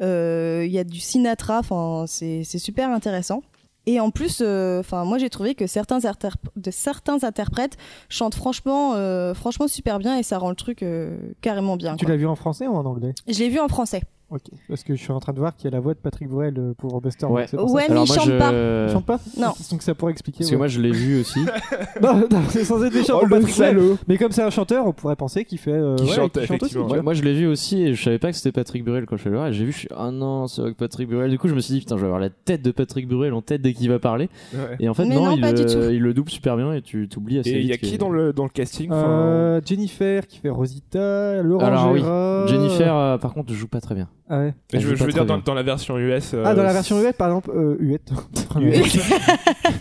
Speaker 2: euh, il y a du Sinatra. Enfin, c'est c'est super intéressant. Et en plus, euh, enfin, moi j'ai trouvé que certains, interp- de certains interprètes chantent franchement, euh, franchement super bien et ça rend le truc euh, carrément bien.
Speaker 1: Tu
Speaker 2: quoi.
Speaker 1: l'as vu en français ou en anglais
Speaker 2: Je l'ai vu en français.
Speaker 1: Ok. Parce que je suis en train de voir qu'il y a la voix de Patrick Bruel euh, pour Buster.
Speaker 3: Ouais.
Speaker 1: donc c'est pour ça.
Speaker 2: Ouais, mais
Speaker 3: Alors
Speaker 2: ils
Speaker 3: moi,
Speaker 2: chantent
Speaker 3: je-
Speaker 2: pas.
Speaker 1: Ils chantent pas
Speaker 2: Non.
Speaker 1: Donc ça pourrait expliquer.
Speaker 3: Parce que
Speaker 1: ouais.
Speaker 3: moi, je l'ai vu aussi.
Speaker 1: Non, non, c'est censé être des chants
Speaker 4: Oh
Speaker 1: pour
Speaker 4: le
Speaker 1: Patrick Bruel.
Speaker 4: salaud
Speaker 1: Mais comme c'est un chanteur, on pourrait penser qu'il fait. euh,
Speaker 4: Qui
Speaker 1: ouais,
Speaker 4: chante,
Speaker 1: qu'il aussi,
Speaker 4: effectivement.
Speaker 1: tu
Speaker 3: Ouais,
Speaker 1: vois.
Speaker 3: moi, je l'ai vu aussi et je savais pas que c'était Patrick Burel quand je suis allé le voir. Et j'ai vu, je suis, ah non, c'est avec Patrick Burel. Du coup, je me suis dit, putain, je vais avoir la tête de Patrick Burel en tête dès qu'il va parler.
Speaker 4: Ouais.
Speaker 3: Et en fait,
Speaker 2: Mais
Speaker 3: non,
Speaker 2: non,
Speaker 3: il,
Speaker 2: pas du
Speaker 3: le,
Speaker 2: tout.
Speaker 3: il le double super bien et tu t'oublies assez
Speaker 4: Et il
Speaker 3: vite.
Speaker 4: y a
Speaker 3: que-
Speaker 4: qui dans le, dans le casting enfin,
Speaker 1: Euh, Jennifer qui fait Rosita, Laurent
Speaker 3: Alors oui,
Speaker 1: Gérard.
Speaker 3: Jennifer, euh, par contre, joue pas très bien.
Speaker 1: Ah, ouais.
Speaker 4: Je,
Speaker 3: elle joue
Speaker 4: veux- je
Speaker 3: pas
Speaker 4: veux
Speaker 3: très
Speaker 4: dire, dans,
Speaker 3: bien.
Speaker 4: dans la version US. euh,
Speaker 1: Ah, dans la version Huette, par exemple, euh, Huette.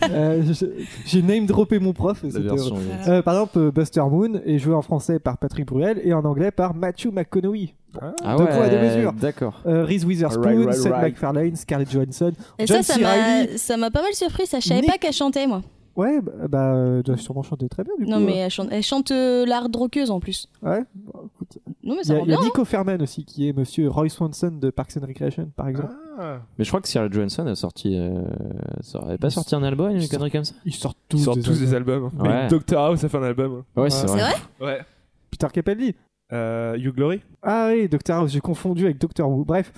Speaker 1: Euh, je- J'ai name droppé mon prof. et
Speaker 3: La
Speaker 1: c'était
Speaker 3: version.
Speaker 1: Euh, par exemple, euh, Buster Moon est joué en français par Patrick Bruel et en anglais par Matthew McConaughey.
Speaker 3: Ah
Speaker 1: deux
Speaker 3: ouais,
Speaker 1: poids, deux mesures.
Speaker 3: D'accord.
Speaker 1: Euh, Reese Witherspoon,
Speaker 4: Right, right,
Speaker 1: Seth
Speaker 4: right.
Speaker 1: MacFarlane, Scarlett Johansson.
Speaker 2: Et
Speaker 1: John
Speaker 2: ça, ça
Speaker 1: C. Reilly.
Speaker 2: m'a, ça m'a pas mal surpris. Ça, je savais
Speaker 1: Nick-
Speaker 2: pas qu'elle chantait, moi.
Speaker 1: Ouais, bah, bah, euh, doit sûrement chanter très bien du
Speaker 2: Non,
Speaker 1: coup.
Speaker 2: mais elle chante, elle chante euh, l'art droqueuse en plus.
Speaker 1: Ouais, bon, écoute.
Speaker 2: Non, mais
Speaker 1: Il y
Speaker 2: ça
Speaker 1: a,
Speaker 2: rend
Speaker 1: il y a
Speaker 2: bien. hein.
Speaker 1: Nico Ferman aussi qui est monsieur Roy Swanson de Parks and Recreation par exemple.
Speaker 4: Ah.
Speaker 3: Mais je crois que Scarlett Johansson a sorti. euh, Ça aurait pas
Speaker 1: Ils
Speaker 3: sorti un album, une
Speaker 1: sortent-
Speaker 3: connerie comme ça
Speaker 1: Ah. Ils sortent tous,
Speaker 4: Ils sortent
Speaker 1: des
Speaker 4: tous
Speaker 1: albums.
Speaker 4: des albums. hein.
Speaker 3: Ouais.
Speaker 4: Mais Doctor House a fait un album.
Speaker 3: Ouais,
Speaker 1: c'est
Speaker 3: c'est
Speaker 2: C'est
Speaker 3: vrai.
Speaker 2: vrai
Speaker 4: Ouais.
Speaker 1: Peter Capaldi.
Speaker 4: Euh, you Glory
Speaker 1: Ah oui, Doctor House, j'ai confondu avec Doctor Who. Bref,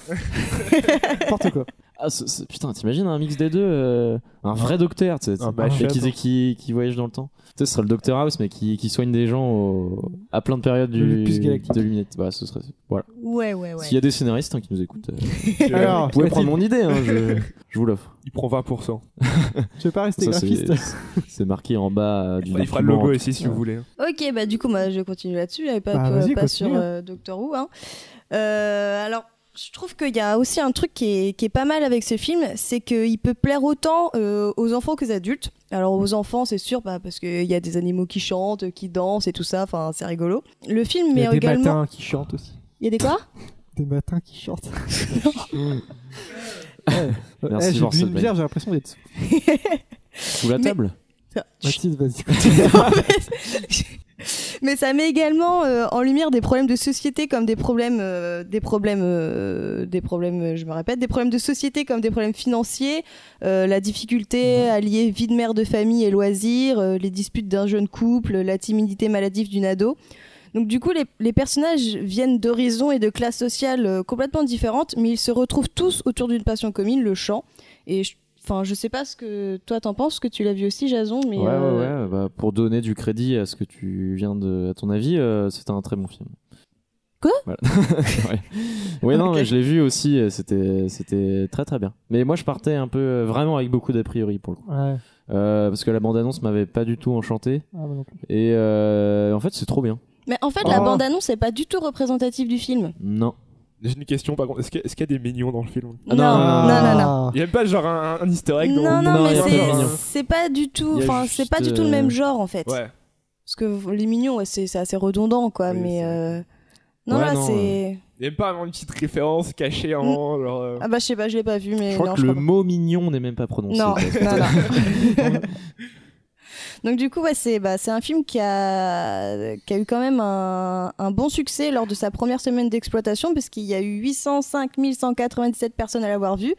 Speaker 1: n'importe quoi.
Speaker 3: Ah, ce- ce- putain, t'imagines un mix des deux euh, Un vrai docteur, tu sais.
Speaker 4: Un
Speaker 3: et
Speaker 4: mashup.
Speaker 3: qui, qui, qui voyage dans le temps. Tu sais, ce serait le docteur House, mais qui, qui soigne des gens au- à plein de périodes
Speaker 1: Le
Speaker 3: du.
Speaker 1: Lupus Galactique.
Speaker 3: De lunettes. Bah, ce serait. Voilà.
Speaker 2: Ouais, ouais, ouais.
Speaker 3: S'il y a des scénaristes hein, qui nous écoutent, euh,
Speaker 4: Tu-
Speaker 1: Alors,
Speaker 3: vous pouvez
Speaker 1: Ouais,
Speaker 3: prendre
Speaker 1: c'est-
Speaker 3: mon idée, hein, je, je vous l'offre.
Speaker 4: Il prend 20%.
Speaker 1: Je vais pas rester
Speaker 3: Ça,
Speaker 1: graphiste.
Speaker 3: c'est- C'est marqué en bas euh, du.
Speaker 4: Il fera le
Speaker 3: document.
Speaker 4: logo ici si vous voulez. hein.
Speaker 2: Ok, bah du coup, bah, je continue là-dessus. J'avais pas,
Speaker 1: Bah,
Speaker 2: pas-
Speaker 1: vas-y,
Speaker 2: pas sur
Speaker 1: continue.
Speaker 2: euh, Doctor Who. hein. Euh, alors, je trouve qu'il y a aussi un truc qui est, qui est pas mal avec ce film, c'est qu'il peut plaire autant euh, aux enfants qu'aux adultes. Alors aux enfants, c'est sûr, bah, parce qu'il y a des animaux qui chantent, qui dansent et tout ça. Enfin, c'est rigolo. Le film,
Speaker 1: Il y
Speaker 2: mais
Speaker 1: a des
Speaker 2: également,
Speaker 1: matins qui chantent aussi.
Speaker 2: il y a des quoi
Speaker 1: Des matins qui chantent.
Speaker 3: Merci,
Speaker 1: Eh, j'ai bu
Speaker 3: Vincent
Speaker 1: une bière, j'ai l'impression d'être sous.
Speaker 3: Sous la
Speaker 2: Mais-
Speaker 3: table
Speaker 1: Mathilde, vas-y.
Speaker 2: Mais ça met également euh, en lumière des problèmes de société comme des problèmes, euh, des problèmes, euh, des problèmes. euh, Je me répète, des problèmes de société comme des problèmes financiers, euh, la
Speaker 3: Mhm.
Speaker 2: difficulté à lier vie de mère de famille et loisirs, euh, les disputes d'un jeune couple, la timidité maladive d'une ado. Donc du coup, les, les personnages viennent d'horizons et de classes sociales euh, complètement différentes, mais ils se retrouvent tous autour d'une passion commune, le chant. Et je- enfin, je, sais pas ce que toi t'en penses, que tu l'as vu aussi, Jason, mais
Speaker 3: Ouais,
Speaker 2: euh,
Speaker 3: ouais, ouais. Bah, pour donner du crédit à ce que tu viens de. À ton avis, euh, c'était un très bon film.
Speaker 2: Quoi
Speaker 3: Voilà. ouais. Ouais, non,
Speaker 2: Ok.
Speaker 3: mais je l'ai vu aussi, euh, c'était c'était très très bien. Mais moi, je partais un peu euh, vraiment avec beaucoup d'a priori pour le coup.
Speaker 1: Ouais. Ah,
Speaker 3: Euh, parce que la bande-annonce m'avait pas du tout enchanté. Et euh, en fait, c'est trop bien.
Speaker 2: Mais en fait,
Speaker 3: Ah.
Speaker 2: la
Speaker 1: Oh.
Speaker 2: bande-annonce n'est pas du tout représentative du film.
Speaker 3: Non.
Speaker 4: J'ai une question par contre. Est-ce qu'il y, a- est-ce qu'il y a des mignons dans le film
Speaker 3: Ah,
Speaker 2: non, non, non, non.
Speaker 1: Ah.
Speaker 4: Il n'y a pas genre un, un easter egg dans
Speaker 2: Non,
Speaker 3: non,
Speaker 2: non,
Speaker 3: il y
Speaker 2: mais
Speaker 3: a pas de mignon.
Speaker 2: c'est- c'est pas du tout,
Speaker 3: Il y a
Speaker 2: enfin,
Speaker 3: juste,
Speaker 2: c'est pas du tout le
Speaker 3: euh,
Speaker 2: même genre en fait.
Speaker 4: Ouais.
Speaker 2: Parce que les mignons, ouais, c'est c'est assez redondant quoi,
Speaker 4: Oui,
Speaker 2: mais
Speaker 4: c'est vrai.
Speaker 2: euh, non,
Speaker 3: Ouais,
Speaker 2: là
Speaker 3: non,
Speaker 2: c'est.
Speaker 4: Il n'y a même pas vraiment une petite référence cachée
Speaker 1: Mm.
Speaker 4: avant. Genre, euh,
Speaker 2: Ah bah je sais pas, je l'ai pas vu, mais
Speaker 3: Je crois
Speaker 2: non,
Speaker 3: que
Speaker 2: je
Speaker 3: le
Speaker 2: crois pas.
Speaker 3: mot mignon n'est même pas prononcé.
Speaker 2: Non, non, non.
Speaker 1: non.
Speaker 2: Donc du coup, ouais, c'est bah, c'est un film qui a, qui a eu quand même un, un bon succès lors de sa première semaine d'exploitation, parce qu'il y a eu 805 197 personnes à l'avoir vu,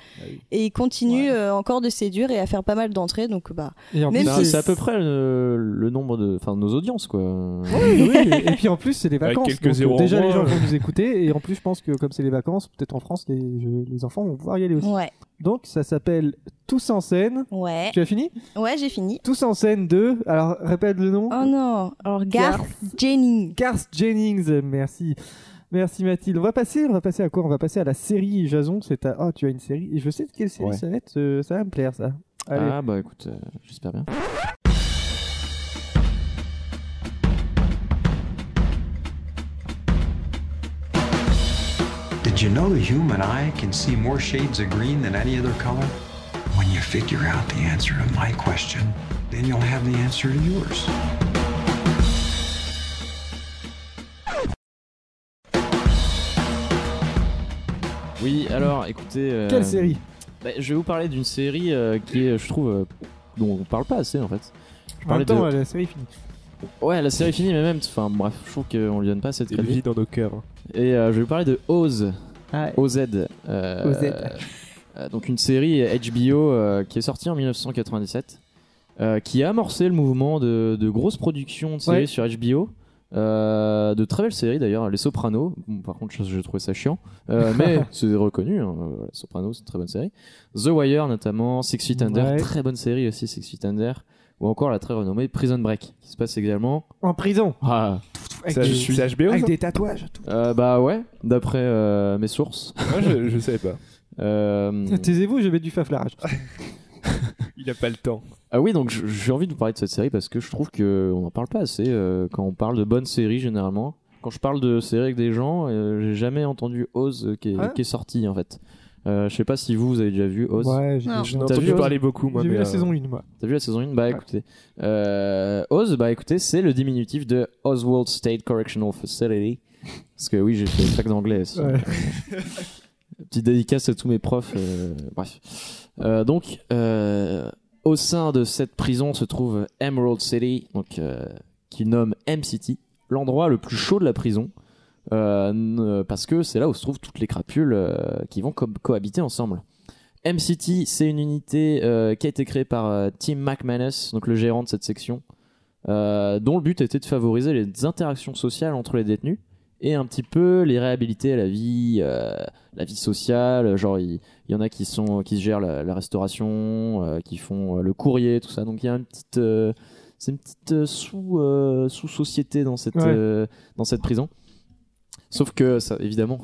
Speaker 2: et il continue euh, encore de séduire et à faire pas mal d'entrées, donc bah.
Speaker 1: Et en
Speaker 2: Même
Speaker 1: plus,
Speaker 3: Non,
Speaker 2: si-
Speaker 3: C'est à peu près le, le nombre de. Enfin, nos audiences, quoi.
Speaker 1: Oui, oui, et et puis en plus, c'est les
Speaker 4: Avec
Speaker 1: vacances.
Speaker 4: quelques
Speaker 1: donc, euh,
Speaker 4: zéros en
Speaker 1: déjà,
Speaker 4: moins,
Speaker 1: les gens
Speaker 4: euh.
Speaker 1: vont nous écouter. Et en plus, je pense que comme c'est les vacances, peut-être en France, les, je- les enfants vont pouvoir y aller aussi.
Speaker 2: Ouais,
Speaker 1: Donc, ça s'appelle Tous en scène.
Speaker 2: ouais,
Speaker 1: Tu as fini
Speaker 2: ouais, j'ai fini.
Speaker 1: Tous en scène 2. Alors, répète le nom.
Speaker 2: Oh non, alors Garth Jennings.
Speaker 1: Garth Jennings. Merci. Merci Mathilde. On va passer, on va passer à quoi On va passer à la série Jason. C'est ta... Oh, tu as une série. Et je sais de quelle série
Speaker 3: Ouais.
Speaker 1: ça va être. euh, ça va me plaire, ça. Allez.
Speaker 3: Ah, bah écoute, euh, j'espère bien.
Speaker 8: Did you know the human eye can see more shades of green than any other color? When you figure out the answer to my question, then you'll have the answer to yours.
Speaker 3: Oui, alors écoutez. euh,
Speaker 1: Quelle série
Speaker 3: Bah, je vais vous parler d'une série euh, qui est, je trouve, euh, dont on parle pas assez en fait. Je
Speaker 1: En
Speaker 3: parlais
Speaker 1: même temps,
Speaker 3: de...
Speaker 1: la série est finie.
Speaker 3: Ouais, la série finie, mais même, enfin bref, je trouve qu'on lui donne pas cette
Speaker 4: C'est le
Speaker 3: crédit.
Speaker 4: vide dans nos cœurs. hein.
Speaker 2: Ah,
Speaker 3: Et euh, je vais vous parler de Oz, OZ. euh,
Speaker 1: OZ.
Speaker 3: Euh, donc une série HBO euh, qui est sortie en 1997, euh, qui a amorcé le mouvement de, de grosses productions de séries
Speaker 1: Ouais.
Speaker 3: sur HBO. Euh, de très belles séries d'ailleurs, Les Sopranos. Bon, par contre, je, je trouvais ça chiant, Euh, mais c'est reconnu. hein, voilà, Sopranos, c'est une très bonne série. The Wire notamment, Six Feet Under,
Speaker 1: Ouais.
Speaker 3: très bonne série aussi, Six Feet Under, ou encore la très renommée Prison Break, qui se passe également.
Speaker 1: En prison.
Speaker 3: Ah,
Speaker 1: Avec,
Speaker 4: C'est
Speaker 1: des,
Speaker 4: H- c'est HBO
Speaker 1: avec
Speaker 4: ça
Speaker 1: des tatouages. tout.
Speaker 3: euh, bah ouais, d'après euh, mes sources.
Speaker 4: Moi, Ah, je, je savais pas.
Speaker 3: Euh,
Speaker 4: Hmm.
Speaker 1: Taisez-vous, je vais du faflarage.
Speaker 4: Il a pas le temps.
Speaker 3: Ah oui, donc j- j'ai envie de vous parler de cette série parce que je trouve que on n'en parle pas assez euh, quand on parle de bonnes séries généralement. Quand je parle de séries avec des gens, euh, j'ai jamais entendu Oz euh, qui est,
Speaker 1: Hein
Speaker 3: qui est sorti en fait. Euh, je sais pas si vous, vous avez déjà vu Oz.
Speaker 1: Ouais, j'ai
Speaker 2: Non.
Speaker 1: j'ai-
Speaker 4: J'en ai
Speaker 3: T'as
Speaker 4: entendu
Speaker 3: vu,
Speaker 4: parler beaucoup, moi.
Speaker 1: j'ai vu
Speaker 4: mais,
Speaker 1: la
Speaker 4: euh,
Speaker 1: saison 1, moi.
Speaker 3: T'as vu la saison 1 Bah
Speaker 1: Ouais.
Speaker 3: écoutez. Euh, Oz, bah écoutez, c'est le diminutif de Oswald State Correctional Facility. Parce que oui, j'ai fait une fac d'anglais. aussi.
Speaker 1: Ouais.
Speaker 3: Petite dédicace à tous mes profs. euh, bref. Euh, donc, euh, au sein de cette prison se trouve Emerald City, donc, euh, qui nomme M-City, l'endroit le plus chaud de la prison. euh, n- euh, parce que c'est là où se trouvent toutes les crapules euh, qui vont co- cohabiter ensemble. M-City, c'est une unité euh, qui a été créée par euh, Tim McManus, donc le gérant de cette section, euh, dont le but était de favoriser les interactions sociales entre les détenus et un petit peu les réhabiliter à la vie, euh, la vie sociale. Genre, il il y en a qui sont qui se gèrent la, la restauration, euh, qui font euh, le courrier, tout ça. Donc il y a une petite, euh, c'est une petite euh, sous euh, sous société dans cette
Speaker 1: Ouais.
Speaker 3: euh, dans cette prison. Sauf que ça, évidemment,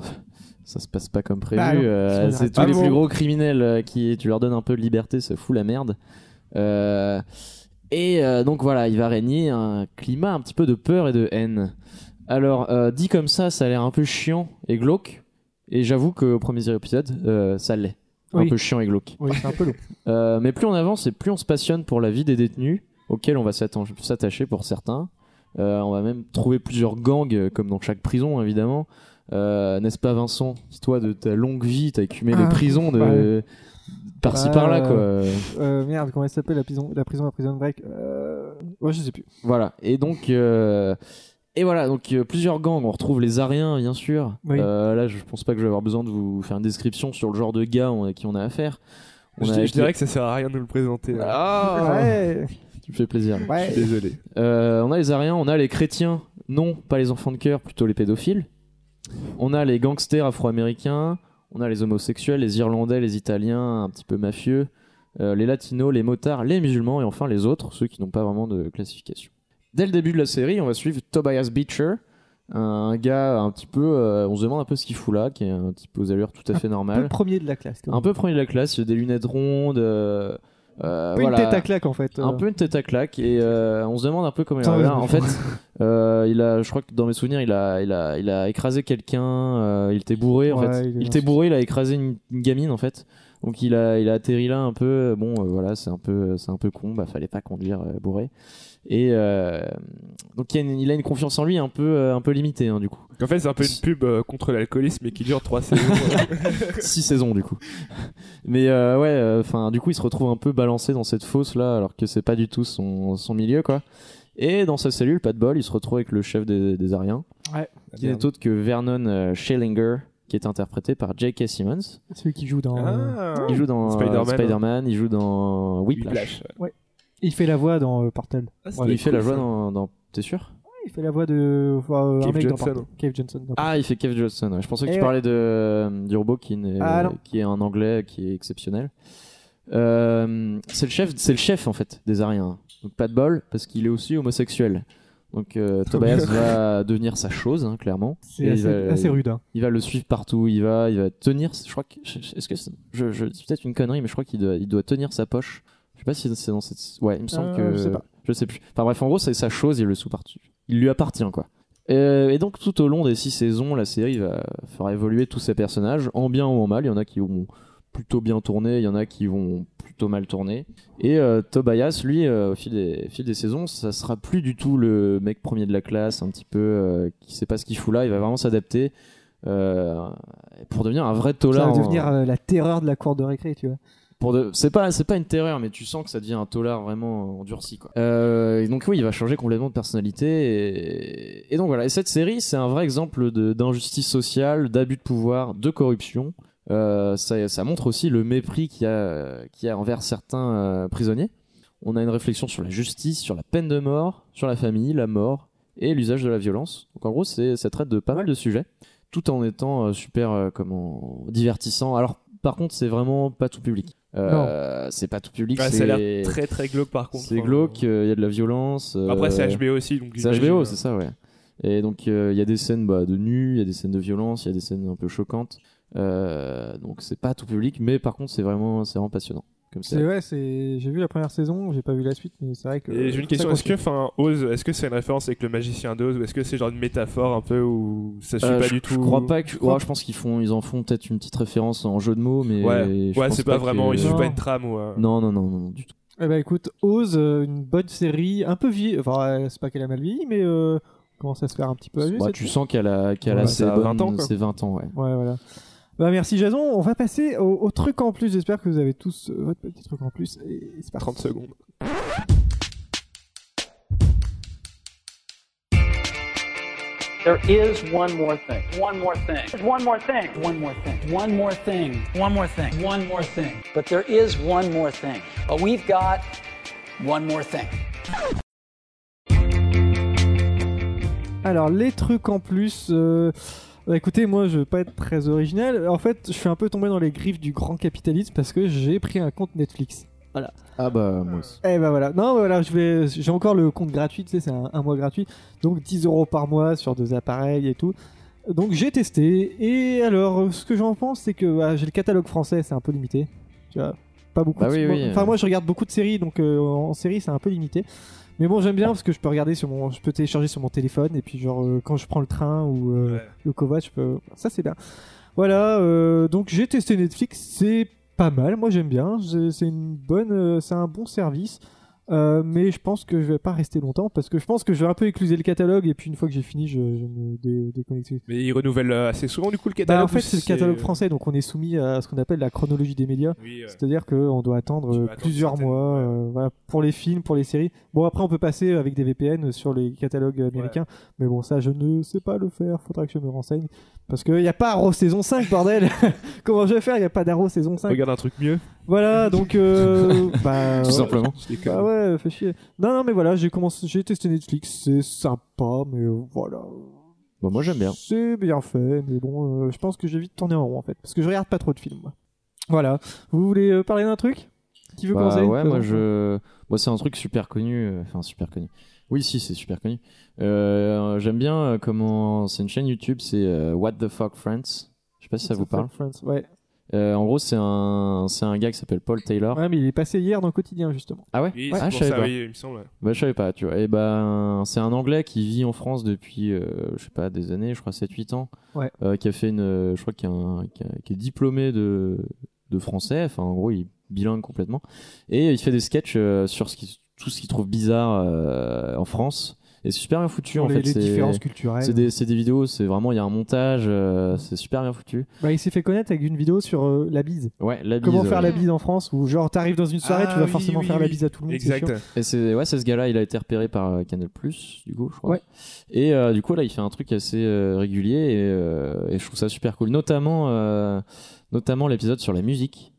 Speaker 3: ça se passe pas comme prévu.
Speaker 1: Bah non,
Speaker 3: Euh,
Speaker 1: ça va
Speaker 3: c'est
Speaker 1: être
Speaker 3: tous
Speaker 1: pas
Speaker 3: les
Speaker 1: bon.
Speaker 3: plus gros criminels euh, qui tu leur donnes un peu de liberté, ça fout la merde. Euh, et euh, donc voilà, il va régner un climat un petit peu de peur et de haine. Alors, euh, dit comme ça, ça a l'air un peu chiant et glauque. Et j'avoue qu'au premier épisode, euh, ça l'est. Un
Speaker 1: Oui.
Speaker 3: peu chiant et glauque.
Speaker 1: Oui, c'est un peu long.
Speaker 3: Euh, mais plus on avance et plus on se passionne pour la vie des détenus, auxquels on va s'atten- s'attacher pour certains. Euh, on va même trouver plusieurs gangs, euh, comme dans chaque prison, évidemment. Euh, N'est-ce pas, Vincent Si toi, de ta longue vie, t'as écumé les
Speaker 1: Ah,
Speaker 3: prisons de...
Speaker 1: ouais.
Speaker 3: par-ci,
Speaker 1: Bah,
Speaker 3: par-là, quoi.
Speaker 1: Euh, merde, comment elle s'appelle la prison, la prison à Prison Break euh... Ouais, je sais plus.
Speaker 3: Voilà. Et donc, euh, et voilà. Donc euh, plusieurs gangs. On retrouve les Ariens, bien sûr.
Speaker 1: Oui.
Speaker 3: Euh, là, je pense pas que je vais avoir besoin de vous faire une description sur le genre de gars on- à qui on a affaire. On
Speaker 4: je,
Speaker 3: a
Speaker 4: je
Speaker 3: avec
Speaker 4: dirais que ça sert à rien de nous le présenter.
Speaker 3: les-
Speaker 4: hein.
Speaker 3: Ah,
Speaker 1: ouais,
Speaker 3: tu me fais plaisir.
Speaker 4: Je suis
Speaker 1: ouais.
Speaker 4: Désolé.
Speaker 3: Euh, on a les Ariens, on a les chrétiens. Non, pas les enfants de cœur, plutôt les pédophiles. On a les gangsters afro-américains. On a les homosexuels, les Irlandais, les Italiens, un petit peu mafieux. euh, les latinos, les motards, les musulmans et enfin les autres, ceux qui n'ont pas vraiment de classification. Dès le début de la série, on va suivre Tobias Beecher, un gars un petit peu, euh, on se demande un peu ce qu'il fout là, qui est un petit peu aux allures tout à fait
Speaker 1: Le
Speaker 3: normales.
Speaker 1: premier de la classe. Quoi.
Speaker 3: Un peu premier de la classe, des lunettes rondes, euh, euh,
Speaker 1: Un peu
Speaker 3: voilà.
Speaker 1: une tête à claque en fait.
Speaker 3: Un
Speaker 1: euh.
Speaker 3: peu une tête à claque et euh, on se demande un peu comment il
Speaker 1: Putain,
Speaker 3: arrive là.
Speaker 1: ouais,
Speaker 3: En
Speaker 1: je-
Speaker 3: fait, euh, il a, je crois que dans mes souvenirs, il a, il a, il a écrasé quelqu'un. euh, il était bourré en
Speaker 1: Ouais,
Speaker 3: fait.
Speaker 1: il est
Speaker 3: Il
Speaker 1: dans
Speaker 3: était
Speaker 1: ce-
Speaker 3: bourré, il a écrasé une, une gamine en fait. Donc il a, il a atterri là un peu. Bon, euh, voilà, c'est un peu, c'est un peu con. Bah, fallait pas conduire euh, bourré. Et euh, donc il a, une, il a une confiance en lui un peu, euh, un peu limitée hein, du coup.
Speaker 4: Donc, en fait, c'est un peu une pub euh, contre l'alcoolisme et qui dure 3 saisons. euh. ouais.
Speaker 3: 6 saisons du coup. Mais euh, ouais, enfin du coup il se retrouve un peu balancé dans cette fosse là alors que c'est pas du tout son, son milieu quoi. Et dans sa cellule, pas de bol, il se retrouve avec le chef des, des Ariens, qui n'est autre que Vernon euh, Schellinger, qui est interprété par J.K. Simmons.
Speaker 1: Celui qui joue dans. euh,
Speaker 4: Ah.
Speaker 3: Il joue dans euh,
Speaker 4: Spider-Man.
Speaker 3: Spider-Man, il joue dans Whiplash.
Speaker 4: Whiplash.
Speaker 1: Il fait la voix dans euh, Portal.
Speaker 4: Ah, c'était
Speaker 3: Il fait la
Speaker 4: cool,
Speaker 3: joie
Speaker 4: ça.
Speaker 3: dans... dans- T'es sûr
Speaker 1: Il fait la voix de. enfin, euh, un
Speaker 4: Cave
Speaker 1: mec dans
Speaker 4: Johnson.
Speaker 1: Portal. Cave Johnson. dans
Speaker 3: Ah, il fait Kev Johnson. ouais. Je pensais que
Speaker 1: Eh
Speaker 3: tu
Speaker 1: ouais.
Speaker 3: parlais de, euh, du robot qui, n'est-
Speaker 1: Ah, non.
Speaker 3: qui est un anglais qui est exceptionnel. Euh, c'est le chef, c'est le chef en fait des Ariens. Donc pas de bol parce qu'il est aussi homosexuel. Donc euh, Tobias va devenir sa chose hein, clairement.
Speaker 1: C'est
Speaker 3: Et euh, il
Speaker 1: assez,
Speaker 3: va-
Speaker 1: assez rude. hein.
Speaker 3: Il va le suivre partout. Il va, il va tenir. Je crois que, je- je- est-ce que c'est- je, je dis peut-être une connerie, mais je crois qu'il doit, il doit tenir sa poche. Je sais pas si c'est dans cette. Ouais, il me semble
Speaker 1: Euh,
Speaker 3: que.
Speaker 1: je sais pas.
Speaker 3: Je sais plus. Enfin bref, en gros, c'est sa chose. Il le sous partout. Il lui appartient quoi. Euh, et donc tout au long des six saisons, la série va faire évoluer tous ses personnages, en bien ou en mal. Il y en a qui vont plutôt bien tourner, il y en a qui vont plutôt mal tourner. Et euh, Tobias, lui, euh, au fil des, au fil des saisons, ça sera plus du tout le mec premier de la classe, un petit peu euh, qui sait pas ce qu'il fout là. Il va vraiment s'adapter euh, pour devenir un vrai
Speaker 1: Ça
Speaker 3: tolard.
Speaker 1: va
Speaker 3: en-
Speaker 1: devenir euh, la terreur de la cour de récré, tu vois.
Speaker 3: pour de... c'est pas c'est pas une terreur mais tu sens que ça devient un tolard vraiment endurci quoi Euh, et donc oui il va changer complètement de personnalité et, et donc voilà et cette série c'est un vrai exemple de- d'injustice sociale d'abus de pouvoir de corruption Euh, ça, ça montre aussi le mépris qu'il y, a, euh, qu'il y a envers certains euh, prisonniers. On a une réflexion sur la justice, sur la peine de mort, sur la famille, la mort et l'usage de la violence. Donc en gros, c'est, ça traite de pas mal de sujets, tout en étant euh, super euh, comment, divertissant. Alors par contre, c'est vraiment pas tout public. Euh, c'est pas tout public.
Speaker 4: Ouais,
Speaker 3: c'est,
Speaker 4: Bah, ça a l'air très très glauque par contre. hein.
Speaker 3: c'est
Speaker 4: Enfin,
Speaker 3: glauque, euh, il y a de la violence. euh,
Speaker 4: Après, c'est HBO aussi. donc
Speaker 3: c'est
Speaker 4: j'imagine,
Speaker 3: HBO,
Speaker 4: euh,
Speaker 3: c'est ça, ouais. Et donc, euh, il y a des scènes bah, de nu, il y a des scènes de violence, il y a des scènes un peu choquantes. Euh, donc, c'est pas tout public, mais par contre, c'est vraiment, c'est vraiment passionnant. Comme ça.
Speaker 1: C'est ouais, c'est. J'ai vu la première saison, j'ai pas vu la suite, mais c'est vrai que.
Speaker 4: Et j'ai une
Speaker 1: ça
Speaker 4: question, est-ce
Speaker 1: continue.
Speaker 4: que, enfin, Oz, est-ce que c'est une référence avec le magicien d'Oz ou est-ce que c'est genre une métaphore un peu ou ça suit
Speaker 3: Euh,
Speaker 4: pas
Speaker 3: je,
Speaker 4: du tout
Speaker 3: Je crois pas que. ouais, je pense qu'ils font, ils en font peut-être une petite référence en jeu de mots, mais.
Speaker 4: Ouais,
Speaker 3: je
Speaker 4: ouais
Speaker 3: pense
Speaker 4: c'est pas,
Speaker 3: que-
Speaker 4: vraiment, il suit
Speaker 1: Non.
Speaker 4: pas une trame ou. euh,
Speaker 3: Non, non, non, non, non, du tout.
Speaker 1: Eh ben écoute, Oz, euh, une bonne série, un peu vieille. Enfin, euh, c'est pas qu'elle a mal vieilli, mais euh, commence à se faire un petit peu à
Speaker 3: Bah, tu sens qu'elle a, qu'elle a
Speaker 4: Ouais,
Speaker 3: ses
Speaker 4: ça a 20
Speaker 3: bonnes-
Speaker 4: ans, quoi.
Speaker 3: ses 20 ans, ouais.
Speaker 1: Ouais, voilà. Bah merci Jason, on va passer au, au truc en plus. J'espère que vous avez tous euh, votre petit truc en plus. Et c'est parti.
Speaker 4: 30 secondes.
Speaker 9: There is one more thing. One more thing. There's one more thing. One more thing. One more thing. One more thing. One more thing. But there is one more thing. Uh, we've got one more thing.
Speaker 1: Alors les trucs en plus. euh, bah, écoutez, moi je veux pas être très original. En fait, je suis un peu tombé dans les griffes du grand capitalisme parce que j'ai pris un compte Netflix.
Speaker 3: Ah bah, moi aussi.
Speaker 1: Eh ben voilà. Non, voilà, je vais, j'ai encore le compte gratuit, tu sais, c'est un, un mois gratuit. Donc 10 euros par mois sur deux appareils et tout. Donc j'ai testé. Et alors, ce que j'en pense, c'est que bah, j'ai le catalogue français, c'est un peu limité. Tu vois, pas beaucoup.
Speaker 3: Bah
Speaker 1: de-
Speaker 3: oui,
Speaker 1: moi-
Speaker 3: oui, euh.
Speaker 1: Enfin, moi, je regarde beaucoup de séries, donc euh, en série, c'est un peu limité. Mais bon, j'aime bien parce que je peux regarder sur mon, je peux télécharger sur mon téléphone et puis genre euh, quand je prends le train ou euh,
Speaker 4: Ouais.
Speaker 1: le covoit, je peux. Ça c'est bien. Voilà, euh, donc j'ai testé Netflix, c'est pas mal, moi j'aime bien, c'est c'est une bonne, euh, c'est un bon service. Euh, mais je pense que je vais pas rester longtemps parce que je pense que je vais un peu écluser le catalogue et puis une fois que j'ai fini, je, je me dé- déconnecter.
Speaker 4: Mais ils renouvellent euh, assez souvent du coup le catalogue.
Speaker 1: Bah, en fait,
Speaker 4: ou
Speaker 1: c'est le catalogue français, donc on est soumis à ce qu'on appelle la chronologie des médias.
Speaker 4: Oui, ouais.
Speaker 1: C'est-à-dire qu'on doit
Speaker 4: Tu vas
Speaker 1: attendre euh,
Speaker 4: attendre
Speaker 1: plusieurs
Speaker 4: certaines-
Speaker 1: mois
Speaker 4: ouais.
Speaker 1: euh, voilà, pour les films, pour les séries. Bon, après, on peut passer avec des VPN sur les catalogues américains, mais bon, ça, je ne sais pas le faire. Faudra que je me renseigne. Parce qu'il n'y a pas Arrow saison 5, bordel Comment je vais faire Il n'y a pas d'Arrow saison 5.
Speaker 4: Regarde un truc mieux.
Speaker 1: Voilà, donc. euh, bah,
Speaker 3: Tout
Speaker 1: ouais.
Speaker 3: simplement.
Speaker 4: Je déconne.
Speaker 1: Bah ouais, fais chier. Non, non, mais voilà, j'ai commencé, j'ai testé Netflix, c'est sympa, mais euh, voilà.
Speaker 3: Bah, moi j'aime bien.
Speaker 1: C'est bien fait, mais bon, euh, je pense que j'ai vite tourné en rond en fait, parce que je regarde pas trop de films. moi. Voilà. Vous voulez euh, parler d'un truc Qui veut
Speaker 3: Bah
Speaker 1: commencer
Speaker 3: ouais, moi je, moi c'est un truc super connu, euh, enfin super connu. Oui, si c'est super connu. Euh, J'aime bien euh, comment c'est une chaîne YouTube, c'est euh, What the fuck France. Je sais pas si ça vous parle.
Speaker 1: Friends, Ouais.
Speaker 3: Euh, en gros, c'est un, c'est un gars qui s'appelle Paul Taylor.
Speaker 1: Ouais, mais il est passé hier dans le quotidien justement.
Speaker 3: Ah ouais.
Speaker 4: Oui, c'est
Speaker 3: ah,
Speaker 4: pour
Speaker 3: je
Speaker 4: ça,
Speaker 3: savais pas.
Speaker 4: oui, il me semble.
Speaker 3: Bah, je savais pas, tu vois. Et ben, c'est un Anglais qui vit en France depuis, euh, je sais pas, des années, je crois 7-8 ans.
Speaker 1: Ouais.
Speaker 3: Euh, qui a fait une, euh, je crois qu'il y a un- qui a- qui est diplômé de, de français. Enfin, en gros, il est bilingue complètement. Et il fait des sketchs euh, sur ce qui, tout ce qu'il trouve bizarre euh, en France. Et c'est super bien foutu, en
Speaker 1: les,
Speaker 3: fait.
Speaker 1: les
Speaker 3: c'est-
Speaker 1: différences culturelles.
Speaker 3: C'est des, c'est des vidéos, c'est vraiment, il y a un montage, euh, c'est super bien foutu.
Speaker 1: Bah, il s'est fait connaître avec une vidéo sur euh, la bise.
Speaker 3: Ouais, la
Speaker 1: Comment
Speaker 3: bise,
Speaker 1: faire la
Speaker 3: ouais.
Speaker 1: bise en France Ou genre t'arrives dans une soirée,
Speaker 4: Ah,
Speaker 1: tu vas
Speaker 4: oui,
Speaker 1: forcément
Speaker 4: oui,
Speaker 1: faire la
Speaker 4: oui.
Speaker 1: bise à tout le monde. c'est
Speaker 4: Exact.
Speaker 1: sûr.
Speaker 3: Et c'est ouais, c'est ce gars-là, il a été repéré par euh, Canal du coup, je crois.
Speaker 1: Ouais.
Speaker 3: Et euh, du coup là, il fait un truc assez euh, régulier et, euh, et je trouve ça super cool, notamment euh, notamment l'épisode sur la musique.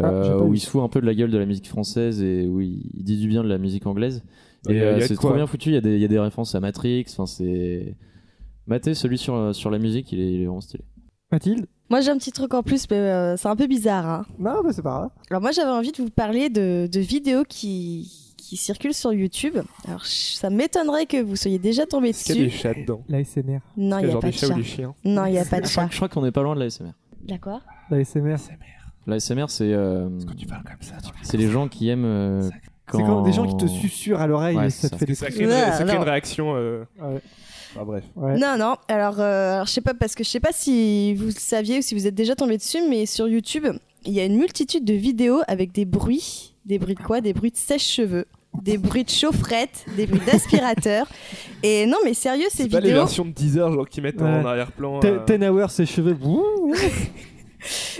Speaker 1: Ah,
Speaker 3: euh,
Speaker 1: j'ai pas
Speaker 3: où
Speaker 1: vu
Speaker 3: il se fout un peu de la gueule de la musique française et où il, il dit du bien de la musique anglaise.
Speaker 4: Ah, Il y
Speaker 3: Et
Speaker 4: a- il y a
Speaker 3: euh,
Speaker 4: de
Speaker 3: c'est
Speaker 4: quoi.
Speaker 3: trop bien foutu. Il y, a des- il y a des références à Matrix. Enfin, c'est Maté, celui sur euh, sur la musique, il est, il est vraiment stylé.
Speaker 1: Mathilde
Speaker 2: Moi j'ai un petit truc en plus, mais euh, c'est un peu bizarre. hein.
Speaker 1: Non, bah c'est pas grave.
Speaker 2: Alors moi j'avais envie de vous parler de, de vidéos qui, qui circulent sur YouTube. Alors je- ça m'étonnerait que vous soyez déjà tombé
Speaker 4: Est-ce qu'il y a des
Speaker 2: dessus.
Speaker 4: chats dedans
Speaker 1: L'ASMR.
Speaker 2: Non, Ah, il n'y a
Speaker 4: Genre
Speaker 2: pas
Speaker 4: des
Speaker 2: de
Speaker 4: chats
Speaker 2: chat.
Speaker 4: ou des chiens
Speaker 2: Non, il n'y a pas de
Speaker 3: Je crois,
Speaker 2: chat.
Speaker 3: je crois qu'on est pas loin de l'ASMR.
Speaker 2: D'accord.
Speaker 1: L'ASMR.
Speaker 3: L'ASMR, c'est euh,
Speaker 4: comme ça.
Speaker 3: c'est les gens qui aiment euh,
Speaker 1: C'est quand des gens qui te susurrent à l'oreille
Speaker 3: Ouais,
Speaker 1: et ça
Speaker 3: c'est
Speaker 1: te
Speaker 3: ça.
Speaker 1: fait des
Speaker 4: Ça
Speaker 1: trucs.
Speaker 4: crée une,
Speaker 2: Ouais,
Speaker 4: ça crée
Speaker 2: alors-
Speaker 4: une réaction. euh,
Speaker 1: Ouais.
Speaker 4: Enfin, bref.
Speaker 1: Ouais.
Speaker 2: Non, non. Alors, euh, alors, je sais pas parce que je sais pas si vous le saviez ou si vous êtes déjà tombé dessus, mais sur YouTube, il y a une multitude de vidéos avec des bruits, des bruits de quoi Des bruits de sèche-cheveux, des bruits de chaufferette, des bruits d'aspirateur. Et non, mais sérieux, ces
Speaker 4: C'est pas les
Speaker 2: vidéos.
Speaker 4: versions de 10 heures genre qui mettent en-
Speaker 1: Ouais.
Speaker 4: en arrière-plan.
Speaker 1: Ten-
Speaker 4: euh,
Speaker 1: Ten Hours, ses cheveux.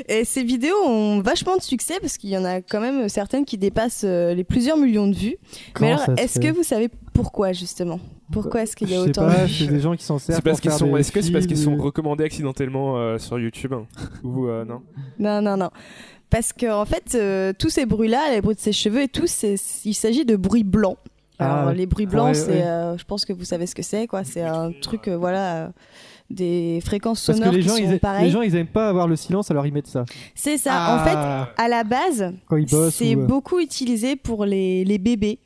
Speaker 2: Et ces vidéos ont vachement de succès parce qu'il y en a quand même certaines qui dépassent euh, les plusieurs millions de vues. mais alors, est-ce que vous savez pourquoi justement Pourquoi est-ce qu'il y a
Speaker 1: je sais
Speaker 2: autant
Speaker 1: pas,
Speaker 2: de
Speaker 1: c'est des gens qui s'en servent.
Speaker 4: C'est parce
Speaker 1: pour
Speaker 4: qu'ils
Speaker 1: faire
Speaker 4: sont.
Speaker 1: des
Speaker 4: Est-ce que c'est parce qu'ils sont
Speaker 1: films,
Speaker 4: recommandés accidentellement euh, sur YouTube hein ou euh, non
Speaker 2: Non, non, non. Parce que en fait, euh, tous ces bruits-là, les bruits de ses cheveux et tout, c'est- il s'agit de bruits blancs.
Speaker 1: Ah,
Speaker 2: Alors,
Speaker 1: ouais.
Speaker 2: les bruits blancs,
Speaker 1: Ouais,
Speaker 2: c'est,
Speaker 1: ouais.
Speaker 2: euh, je pense que vous savez ce que c'est, quoi. C'est un truc, euh, voilà, euh, des fréquences
Speaker 1: Parce
Speaker 2: sonores
Speaker 1: que les gens,
Speaker 2: qui
Speaker 1: ils
Speaker 2: sont
Speaker 1: a- les
Speaker 2: pareilles.
Speaker 1: gens, ils aiment pas avoir le silence, alors ils mettent ça.
Speaker 2: C'est ça. En fait, à la base,
Speaker 1: Ah. quand ils bossent.
Speaker 2: c'est
Speaker 1: ou, euh,
Speaker 2: beaucoup utilisé pour les, les bébés,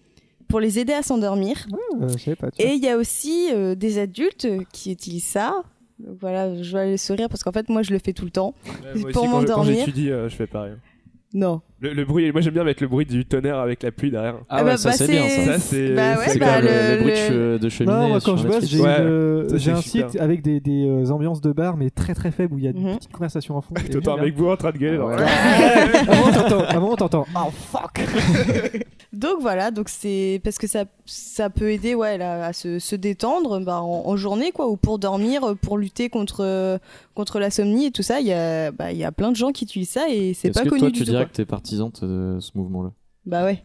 Speaker 2: pour les aider à s'endormir.
Speaker 1: euh, je sais pas. tu vois.
Speaker 2: Et il y a aussi euh, des adultes qui utilisent ça. Donc voilà, je vois les sourire parce qu'en fait, moi, je le fais tout le temps.
Speaker 4: Moi aussi,
Speaker 2: Pour
Speaker 4: quand je- quand
Speaker 2: m'endormir.
Speaker 4: j'étudie, euh, je fais pareil.
Speaker 2: Non.
Speaker 4: Le, le bruit, moi j'aime bien mettre le bruit du tonnerre avec la pluie derrière.
Speaker 3: Ah,
Speaker 2: Ah
Speaker 3: ouais,
Speaker 2: bah,
Speaker 3: ça
Speaker 2: bah,
Speaker 3: c'est bien
Speaker 2: c'est-
Speaker 3: ça.
Speaker 4: Ça, c'est
Speaker 2: bah ouais,
Speaker 4: c'est
Speaker 3: c'est
Speaker 2: bah,
Speaker 3: comme
Speaker 4: comme,
Speaker 3: le,
Speaker 4: euh,
Speaker 3: le bruit de
Speaker 2: le-
Speaker 3: che- de cheminée.
Speaker 1: Non, moi
Speaker 3: sur
Speaker 1: quand je bosse,
Speaker 3: Netflix.
Speaker 1: j'ai
Speaker 4: Ouais,
Speaker 1: une, euh,
Speaker 4: ça,
Speaker 1: j'ai
Speaker 4: c'est
Speaker 1: un
Speaker 4: super.
Speaker 1: site avec des, des, euh, ambiances de bar, mais très très faibles où il y a
Speaker 2: Mhm.
Speaker 1: une petite conversation en fond. Et
Speaker 4: T'entends un
Speaker 1: bien,
Speaker 4: mec bourré en train de gueuler. genre,
Speaker 3: Ouais.
Speaker 1: bien. À un moment, t'entends- à un moment, t'entends. Oh fuck!
Speaker 2: Donc voilà, donc c'est parce que ça, ça peut aider ouais, là, à se, se détendre bah, en, en journée quoi, ou pour dormir, pour lutter contre, euh, contre l'insomnie et tout ça. Il y, a, bah, il y a plein de gens qui utilisent ça et c'est
Speaker 3: Est-ce
Speaker 2: pas
Speaker 3: que
Speaker 2: connu
Speaker 3: toi
Speaker 2: du
Speaker 3: tu
Speaker 2: tout.
Speaker 3: dirais
Speaker 2: quoi.
Speaker 3: que t'es partisante de ce mouvement-là
Speaker 2: Bah ouais.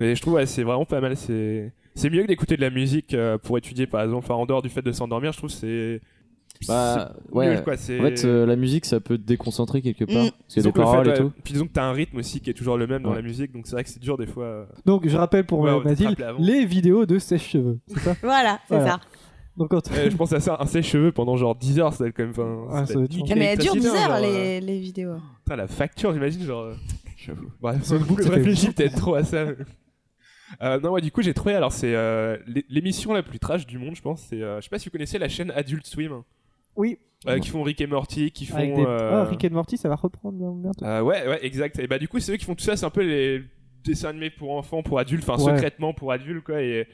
Speaker 4: Mais je trouve ouais, c'est vraiment pas mal. C'est c'est mieux que d'écouter de la musique euh, pour étudier par exemple. Enfin en dehors du fait de s'endormir, je trouve que c'est
Speaker 3: Bah
Speaker 4: c'est nul,
Speaker 3: ouais.
Speaker 4: quoi. C'est
Speaker 3: En fait, euh, la musique, ça peut te déconcentrer quelque part.
Speaker 2: Mm.
Speaker 3: Parce qu'il y a des
Speaker 4: Disons que le fait,
Speaker 3: paroles et
Speaker 4: ouais,
Speaker 3: tout.
Speaker 4: Puis disons que t'as un rythme aussi qui est toujours le même dans
Speaker 3: Ouais.
Speaker 4: la musique, donc c'est vrai que c'est dur des fois. euh.
Speaker 1: Donc je rappelle pour
Speaker 4: Ouais,
Speaker 1: euh,
Speaker 4: on peut te
Speaker 1: Mathilde
Speaker 4: rappeler avant.
Speaker 1: les vidéos de sèche-cheveux.
Speaker 2: Voilà, c'est
Speaker 1: Voilà.
Speaker 2: ça.
Speaker 1: Donc quand
Speaker 4: Eh, je pense à ça, un sèche-cheveux pendant genre 10 heures, ça doit être quand même. Enfin,
Speaker 1: Ah, ça
Speaker 4: doit
Speaker 1: doit
Speaker 4: être
Speaker 1: être
Speaker 4: niqué
Speaker 2: mais
Speaker 4: avec
Speaker 2: elles durent
Speaker 4: ta
Speaker 2: 10
Speaker 4: cité, hein,
Speaker 2: heures
Speaker 4: genre, euh,
Speaker 2: les, les vidéos.
Speaker 4: Putain, la facture, j'imagine, genre. euh,
Speaker 3: J'avoue.
Speaker 4: Bref, c'est le boulot de
Speaker 1: Ça fait-
Speaker 4: réfléchir peut-être trop à ça. Euh, non, ouais, du coup, j'ai trouvé. Alors, c'est euh, l'é- l'émission la plus trash du monde, je pense. C'est, euh, je sais pas si vous connaissez la chaîne Adult Swim.
Speaker 1: Oui.
Speaker 4: Euh, qui font Rick et Morty, qui font.
Speaker 1: Avec des... Ah,
Speaker 4: euh,
Speaker 1: Rick and Morty, ça va reprendre bien- bientôt.
Speaker 4: euh, ouais, ouais, exact. Et bah, du coup, c'est eux qui font tout ça. C'est un peu les dessins animés pour enfants, pour adultes, enfin,
Speaker 1: Ouais.
Speaker 4: secrètement pour adultes, quoi. Et,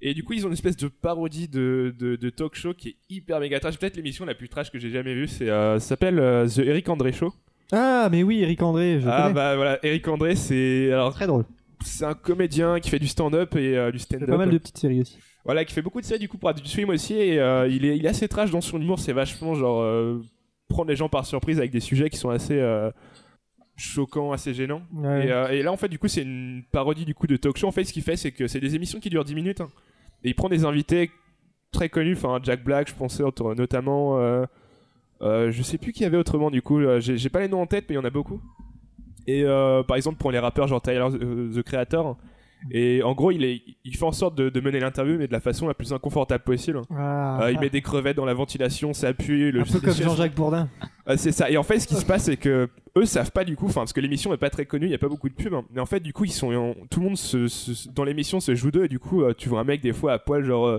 Speaker 4: et du coup, ils ont une espèce de parodie de, de, de talk show qui est hyper méga trash. Peut-être l'émission la plus trash que j'ai jamais vue. C'est, euh, ça s'appelle euh, The Eric André Show.
Speaker 1: Ah, mais oui, Eric André, je
Speaker 4: ah,
Speaker 1: connais.
Speaker 4: bah voilà, Eric André, c'est. Alors,
Speaker 1: Très drôle.
Speaker 4: c'est un comédien qui fait du stand-up et euh, du
Speaker 1: Il y
Speaker 4: stand-up.
Speaker 1: a pas mal de petites séries aussi.
Speaker 4: Voilà, qui fait beaucoup de ça du coup pour Adult Swim aussi. Et euh, il, est, il est assez trash dans son humour, c'est vachement genre euh, prendre les gens par surprise avec des sujets qui sont assez euh, choquants, assez gênants.
Speaker 1: Ouais.
Speaker 4: Et, euh, et là, en fait, du coup, c'est une parodie du coup de talk show. En fait, ce qu'il fait, c'est que c'est des émissions qui durent 10 minutes. hein. Et il prend des invités très connus, enfin Jack Black, je pensais entre- notamment. euh, euh, je sais plus qui y avait autrement du coup. euh, J'ai j'ai pas les noms en tête, mais il y en a beaucoup. Et euh, par exemple, pour les rappeurs, genre Tyler euh, the Creator. Et en gros, il, est, il fait en sorte de, de mener l'interview, mais de la façon la plus inconfortable possible.
Speaker 1: Ah,
Speaker 4: Euh, il
Speaker 1: ah.
Speaker 4: met des crevettes dans la ventilation, ça appuie. Le
Speaker 1: un peu comme Jean-Jacques Bourdin.
Speaker 4: euh, c'est ça. Et en fait, ce qui se passe, c'est que eux savent pas du coup, enfin, parce que l'émission est pas très connue, il y a pas beaucoup de pubs. hein. Mais en fait, du coup, ils sont, en- tout le monde se- se- dans l'émission se joue d'eux. Et du coup, euh, tu vois un mec des fois à poil, genre euh,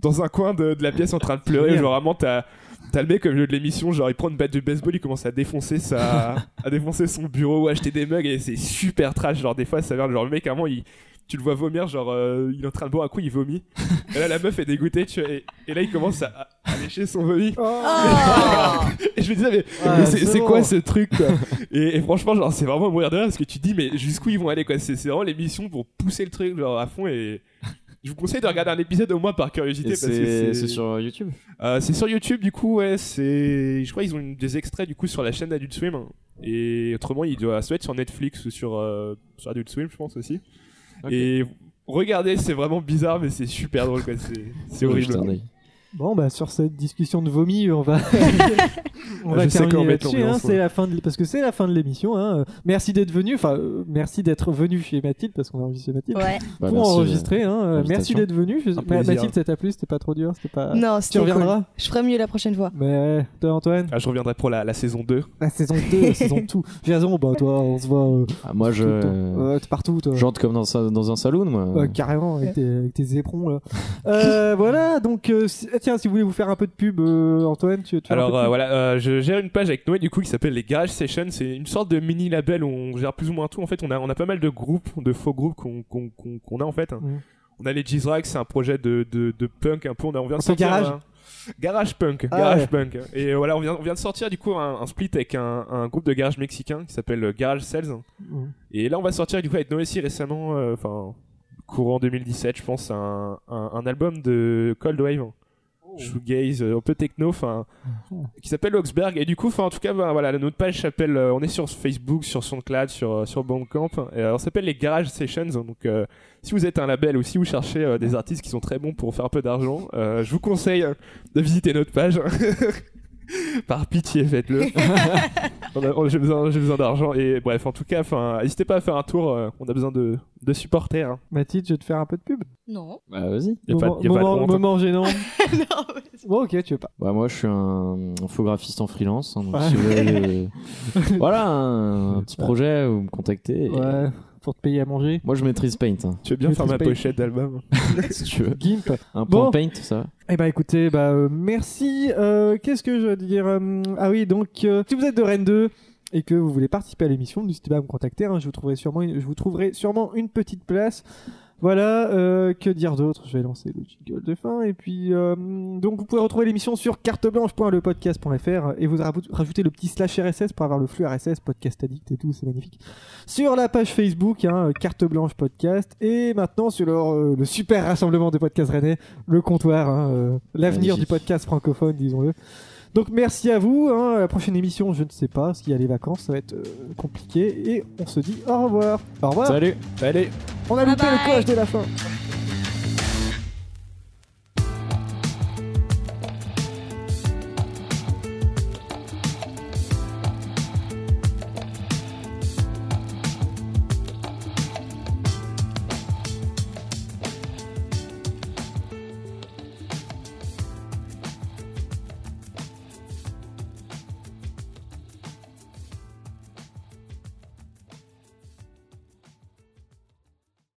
Speaker 4: dans un coin de, de la pièce en train de pleurer.
Speaker 1: Génial.
Speaker 4: genre vraiment, t'as t'as le mec au milieu de l'émission, genre il prend une batte de baseball, il commence à défoncer sa, à défoncer son bureau, à acheter des mugs et c'est super trash. Genre des fois, ça vient, genre le mec, à un moment, il tu le vois vomir, genre euh, il est en train de boire un coup, il vomit. Et là, la meuf est dégoûtée, tu vois, et, et là, il commence à, à lécher son vomi.
Speaker 1: Oh.
Speaker 4: Et je me disais, mais,
Speaker 1: Ah,
Speaker 4: mais c'est
Speaker 1: c'est
Speaker 4: c'est
Speaker 1: bon.
Speaker 4: quoi ce truc quoi et, et franchement, genre, c'est vraiment à mourir de rire parce que tu te dis, mais jusqu'où ils vont aller quoi C'est c'est vraiment l'émission pour pousser le truc genre à fond et. Je vous conseille de regarder un épisode au moins par
Speaker 3: Et
Speaker 4: curiosité parce que
Speaker 3: C'est
Speaker 4: c'est
Speaker 3: c'est sur YouTube.
Speaker 4: Euh, c'est sur YouTube du coup ouais c'est je crois ils ont une- des extraits du coup sur la chaîne Adult Swim hein. et autrement il doit soit être sur Netflix ou sur euh, sur Adult Swim je pense aussi
Speaker 3: Ok.
Speaker 4: et regardez c'est vraiment bizarre mais c'est super drôle quoi c'est c'est horrible
Speaker 3: Oh, Putain, ouais.
Speaker 1: Bon, bah sur cette discussion de vomi, on va. on va
Speaker 4: Je sais qu'on
Speaker 1: terminer
Speaker 4: met
Speaker 1: là-dessus, hein,
Speaker 4: l'ambiance, ouais.
Speaker 1: c'est la fin de parce que c'est la fin de l'émission. Hein. Euh, Merci d'être venu, enfin euh, merci d'être venu chez Mathilde parce qu'on a enregistré Mathilde
Speaker 2: Ouais.
Speaker 3: Bah,
Speaker 1: pour
Speaker 3: merci,
Speaker 1: enregistrer. hein. Euh, Merci
Speaker 3: l'invitation.
Speaker 1: d'être venu. Je-
Speaker 4: Un
Speaker 1: Ma-
Speaker 4: plaisir.
Speaker 1: Mathilde, ça t'a plu C'était pas trop dur C'était pas.
Speaker 2: Non,
Speaker 1: Ah. tu
Speaker 2: c'était cool.
Speaker 1: reviendras.
Speaker 2: Je ferai mieux la prochaine fois.
Speaker 1: Mais toi, Antoine,
Speaker 4: Ah, je reviendrai pour la, la saison 2
Speaker 1: la saison 2, la saison tout. Jason, bah toi, on se voit. euh,
Speaker 3: euh. Ah, moi, je.
Speaker 1: tout le temps. Euh, t'es partout, toi.
Speaker 3: J'entre comme dans, un- dans un saloon, moi.
Speaker 1: Euh, carrément avec tes, avec tes éperons là. Euh, voilà donc euh, si- ah, tiens si vous voulez vous faire un peu de pub euh, Antoine tu, tu fais un peu
Speaker 4: Alors
Speaker 1: de
Speaker 4: euh,
Speaker 1: pub
Speaker 4: voilà, euh, je gère une page avec Noé du coup qui s'appelle les Garage Sessions. C'est une sorte de mini label où on gère plus ou moins tout. En fait, on a on a pas mal de groupes, de faux groupes qu'on qu'on qu'on- qu'on a en fait.
Speaker 1: Mm.
Speaker 4: On a les Gizrax, c'est un projet de, de, de punk un peu. On, a, on vient
Speaker 1: peu
Speaker 4: de sortir
Speaker 1: garage
Speaker 4: un- garage punk,
Speaker 1: Ah
Speaker 4: garage
Speaker 1: ouais.
Speaker 4: punk. Et euh, voilà, on vient on vient de sortir du coup un, un split avec un, un groupe de garage mexicain qui s'appelle euh, Garage Sales.
Speaker 1: Mm.
Speaker 4: Et là, on va sortir du coup avec Noé si récemment, euh,
Speaker 1: Oh.
Speaker 4: enfin courant 2017, je pense, un, un, un album de Cold Wave. Je shoegaze, euh, un peu techno, enfin,
Speaker 1: Ah.
Speaker 4: qui s'appelle Oxberg. Et du coup, enfin, en tout cas, bah, voilà, notre page s'appelle, euh, on est sur Facebook, sur SoundCloud, sur, euh, sur Bandcamp. Et, euh, on s'appelle les Garage Sessions. Donc, euh, si vous êtes un label ou si vous cherchez euh, des artistes qui sont très bons pour faire un peu d'argent, euh, je vous conseille euh, de visiter notre page. Par pitié, faites-le. On a- on- J'ai besoin, j'ai besoin d'argent. Et bref, en tout cas, enfin, n'hésitez pas à faire un tour. euh, on a besoin de, de supporters. hein.
Speaker 1: Mathilde, je vais te faire un peu de pub.
Speaker 2: Non.
Speaker 3: Bah, vas-y.
Speaker 4: Y a pas-
Speaker 1: moment,
Speaker 4: y a pas de honte. hein.
Speaker 1: moment, moment gênant.
Speaker 2: non.
Speaker 1: bon, ok, tu veux pas.
Speaker 3: Bah, moi, je suis un infographiste en freelance. hein, donc
Speaker 1: Ouais.
Speaker 3: si vous avez, euh, voilà, un, un petit projet, vous me contactez. et-
Speaker 1: Ouais, pour te payer à manger.
Speaker 3: Moi, je maîtrise Paint, hein,
Speaker 4: Tu veux bien
Speaker 1: Je
Speaker 4: faire ma
Speaker 1: maîtrise pas.
Speaker 4: pochette d'album
Speaker 3: si tu veux.
Speaker 1: Gimp.
Speaker 3: Un
Speaker 1: Bon.
Speaker 3: point Paint, ça va
Speaker 1: Eh ben écoutez, bah euh, merci. Euh, Qu'est-ce que je veux dire Hum, Ah oui, donc euh, si vous êtes de Rennes 2 et que vous voulez participer à l'émission, n'hésitez pas à me contacter. hein, je vous trouverai sûrement, une, je vous trouverai sûrement une petite place. Voilà, euh, que dire d'autre Je vais lancer le jingle de fin et puis euh, donc vous pouvez retrouver l'émission sur carteblanche.lepodcast.fr et vous rajout- rajoutez le petit slash RSS pour avoir le flux RSS, podcast addict et tout, c'est magnifique. Sur la page Facebook, hein, carte blanche podcast et maintenant sur leur, euh, le super rassemblement de podcasts rennais le comptoir, hein, euh, l'avenir du
Speaker 3: Magnifique.
Speaker 1: podcast francophone, disons-le. Donc merci à vous. hein, la prochaine émission, je ne sais pas, parce qu'il y a les vacances, ça va être euh, compliqué. Et on se dit au revoir. Au revoir.
Speaker 3: Salut
Speaker 4: Allez
Speaker 1: On a loupé
Speaker 2: Bye
Speaker 1: le
Speaker 2: bye.
Speaker 1: coche de la fin.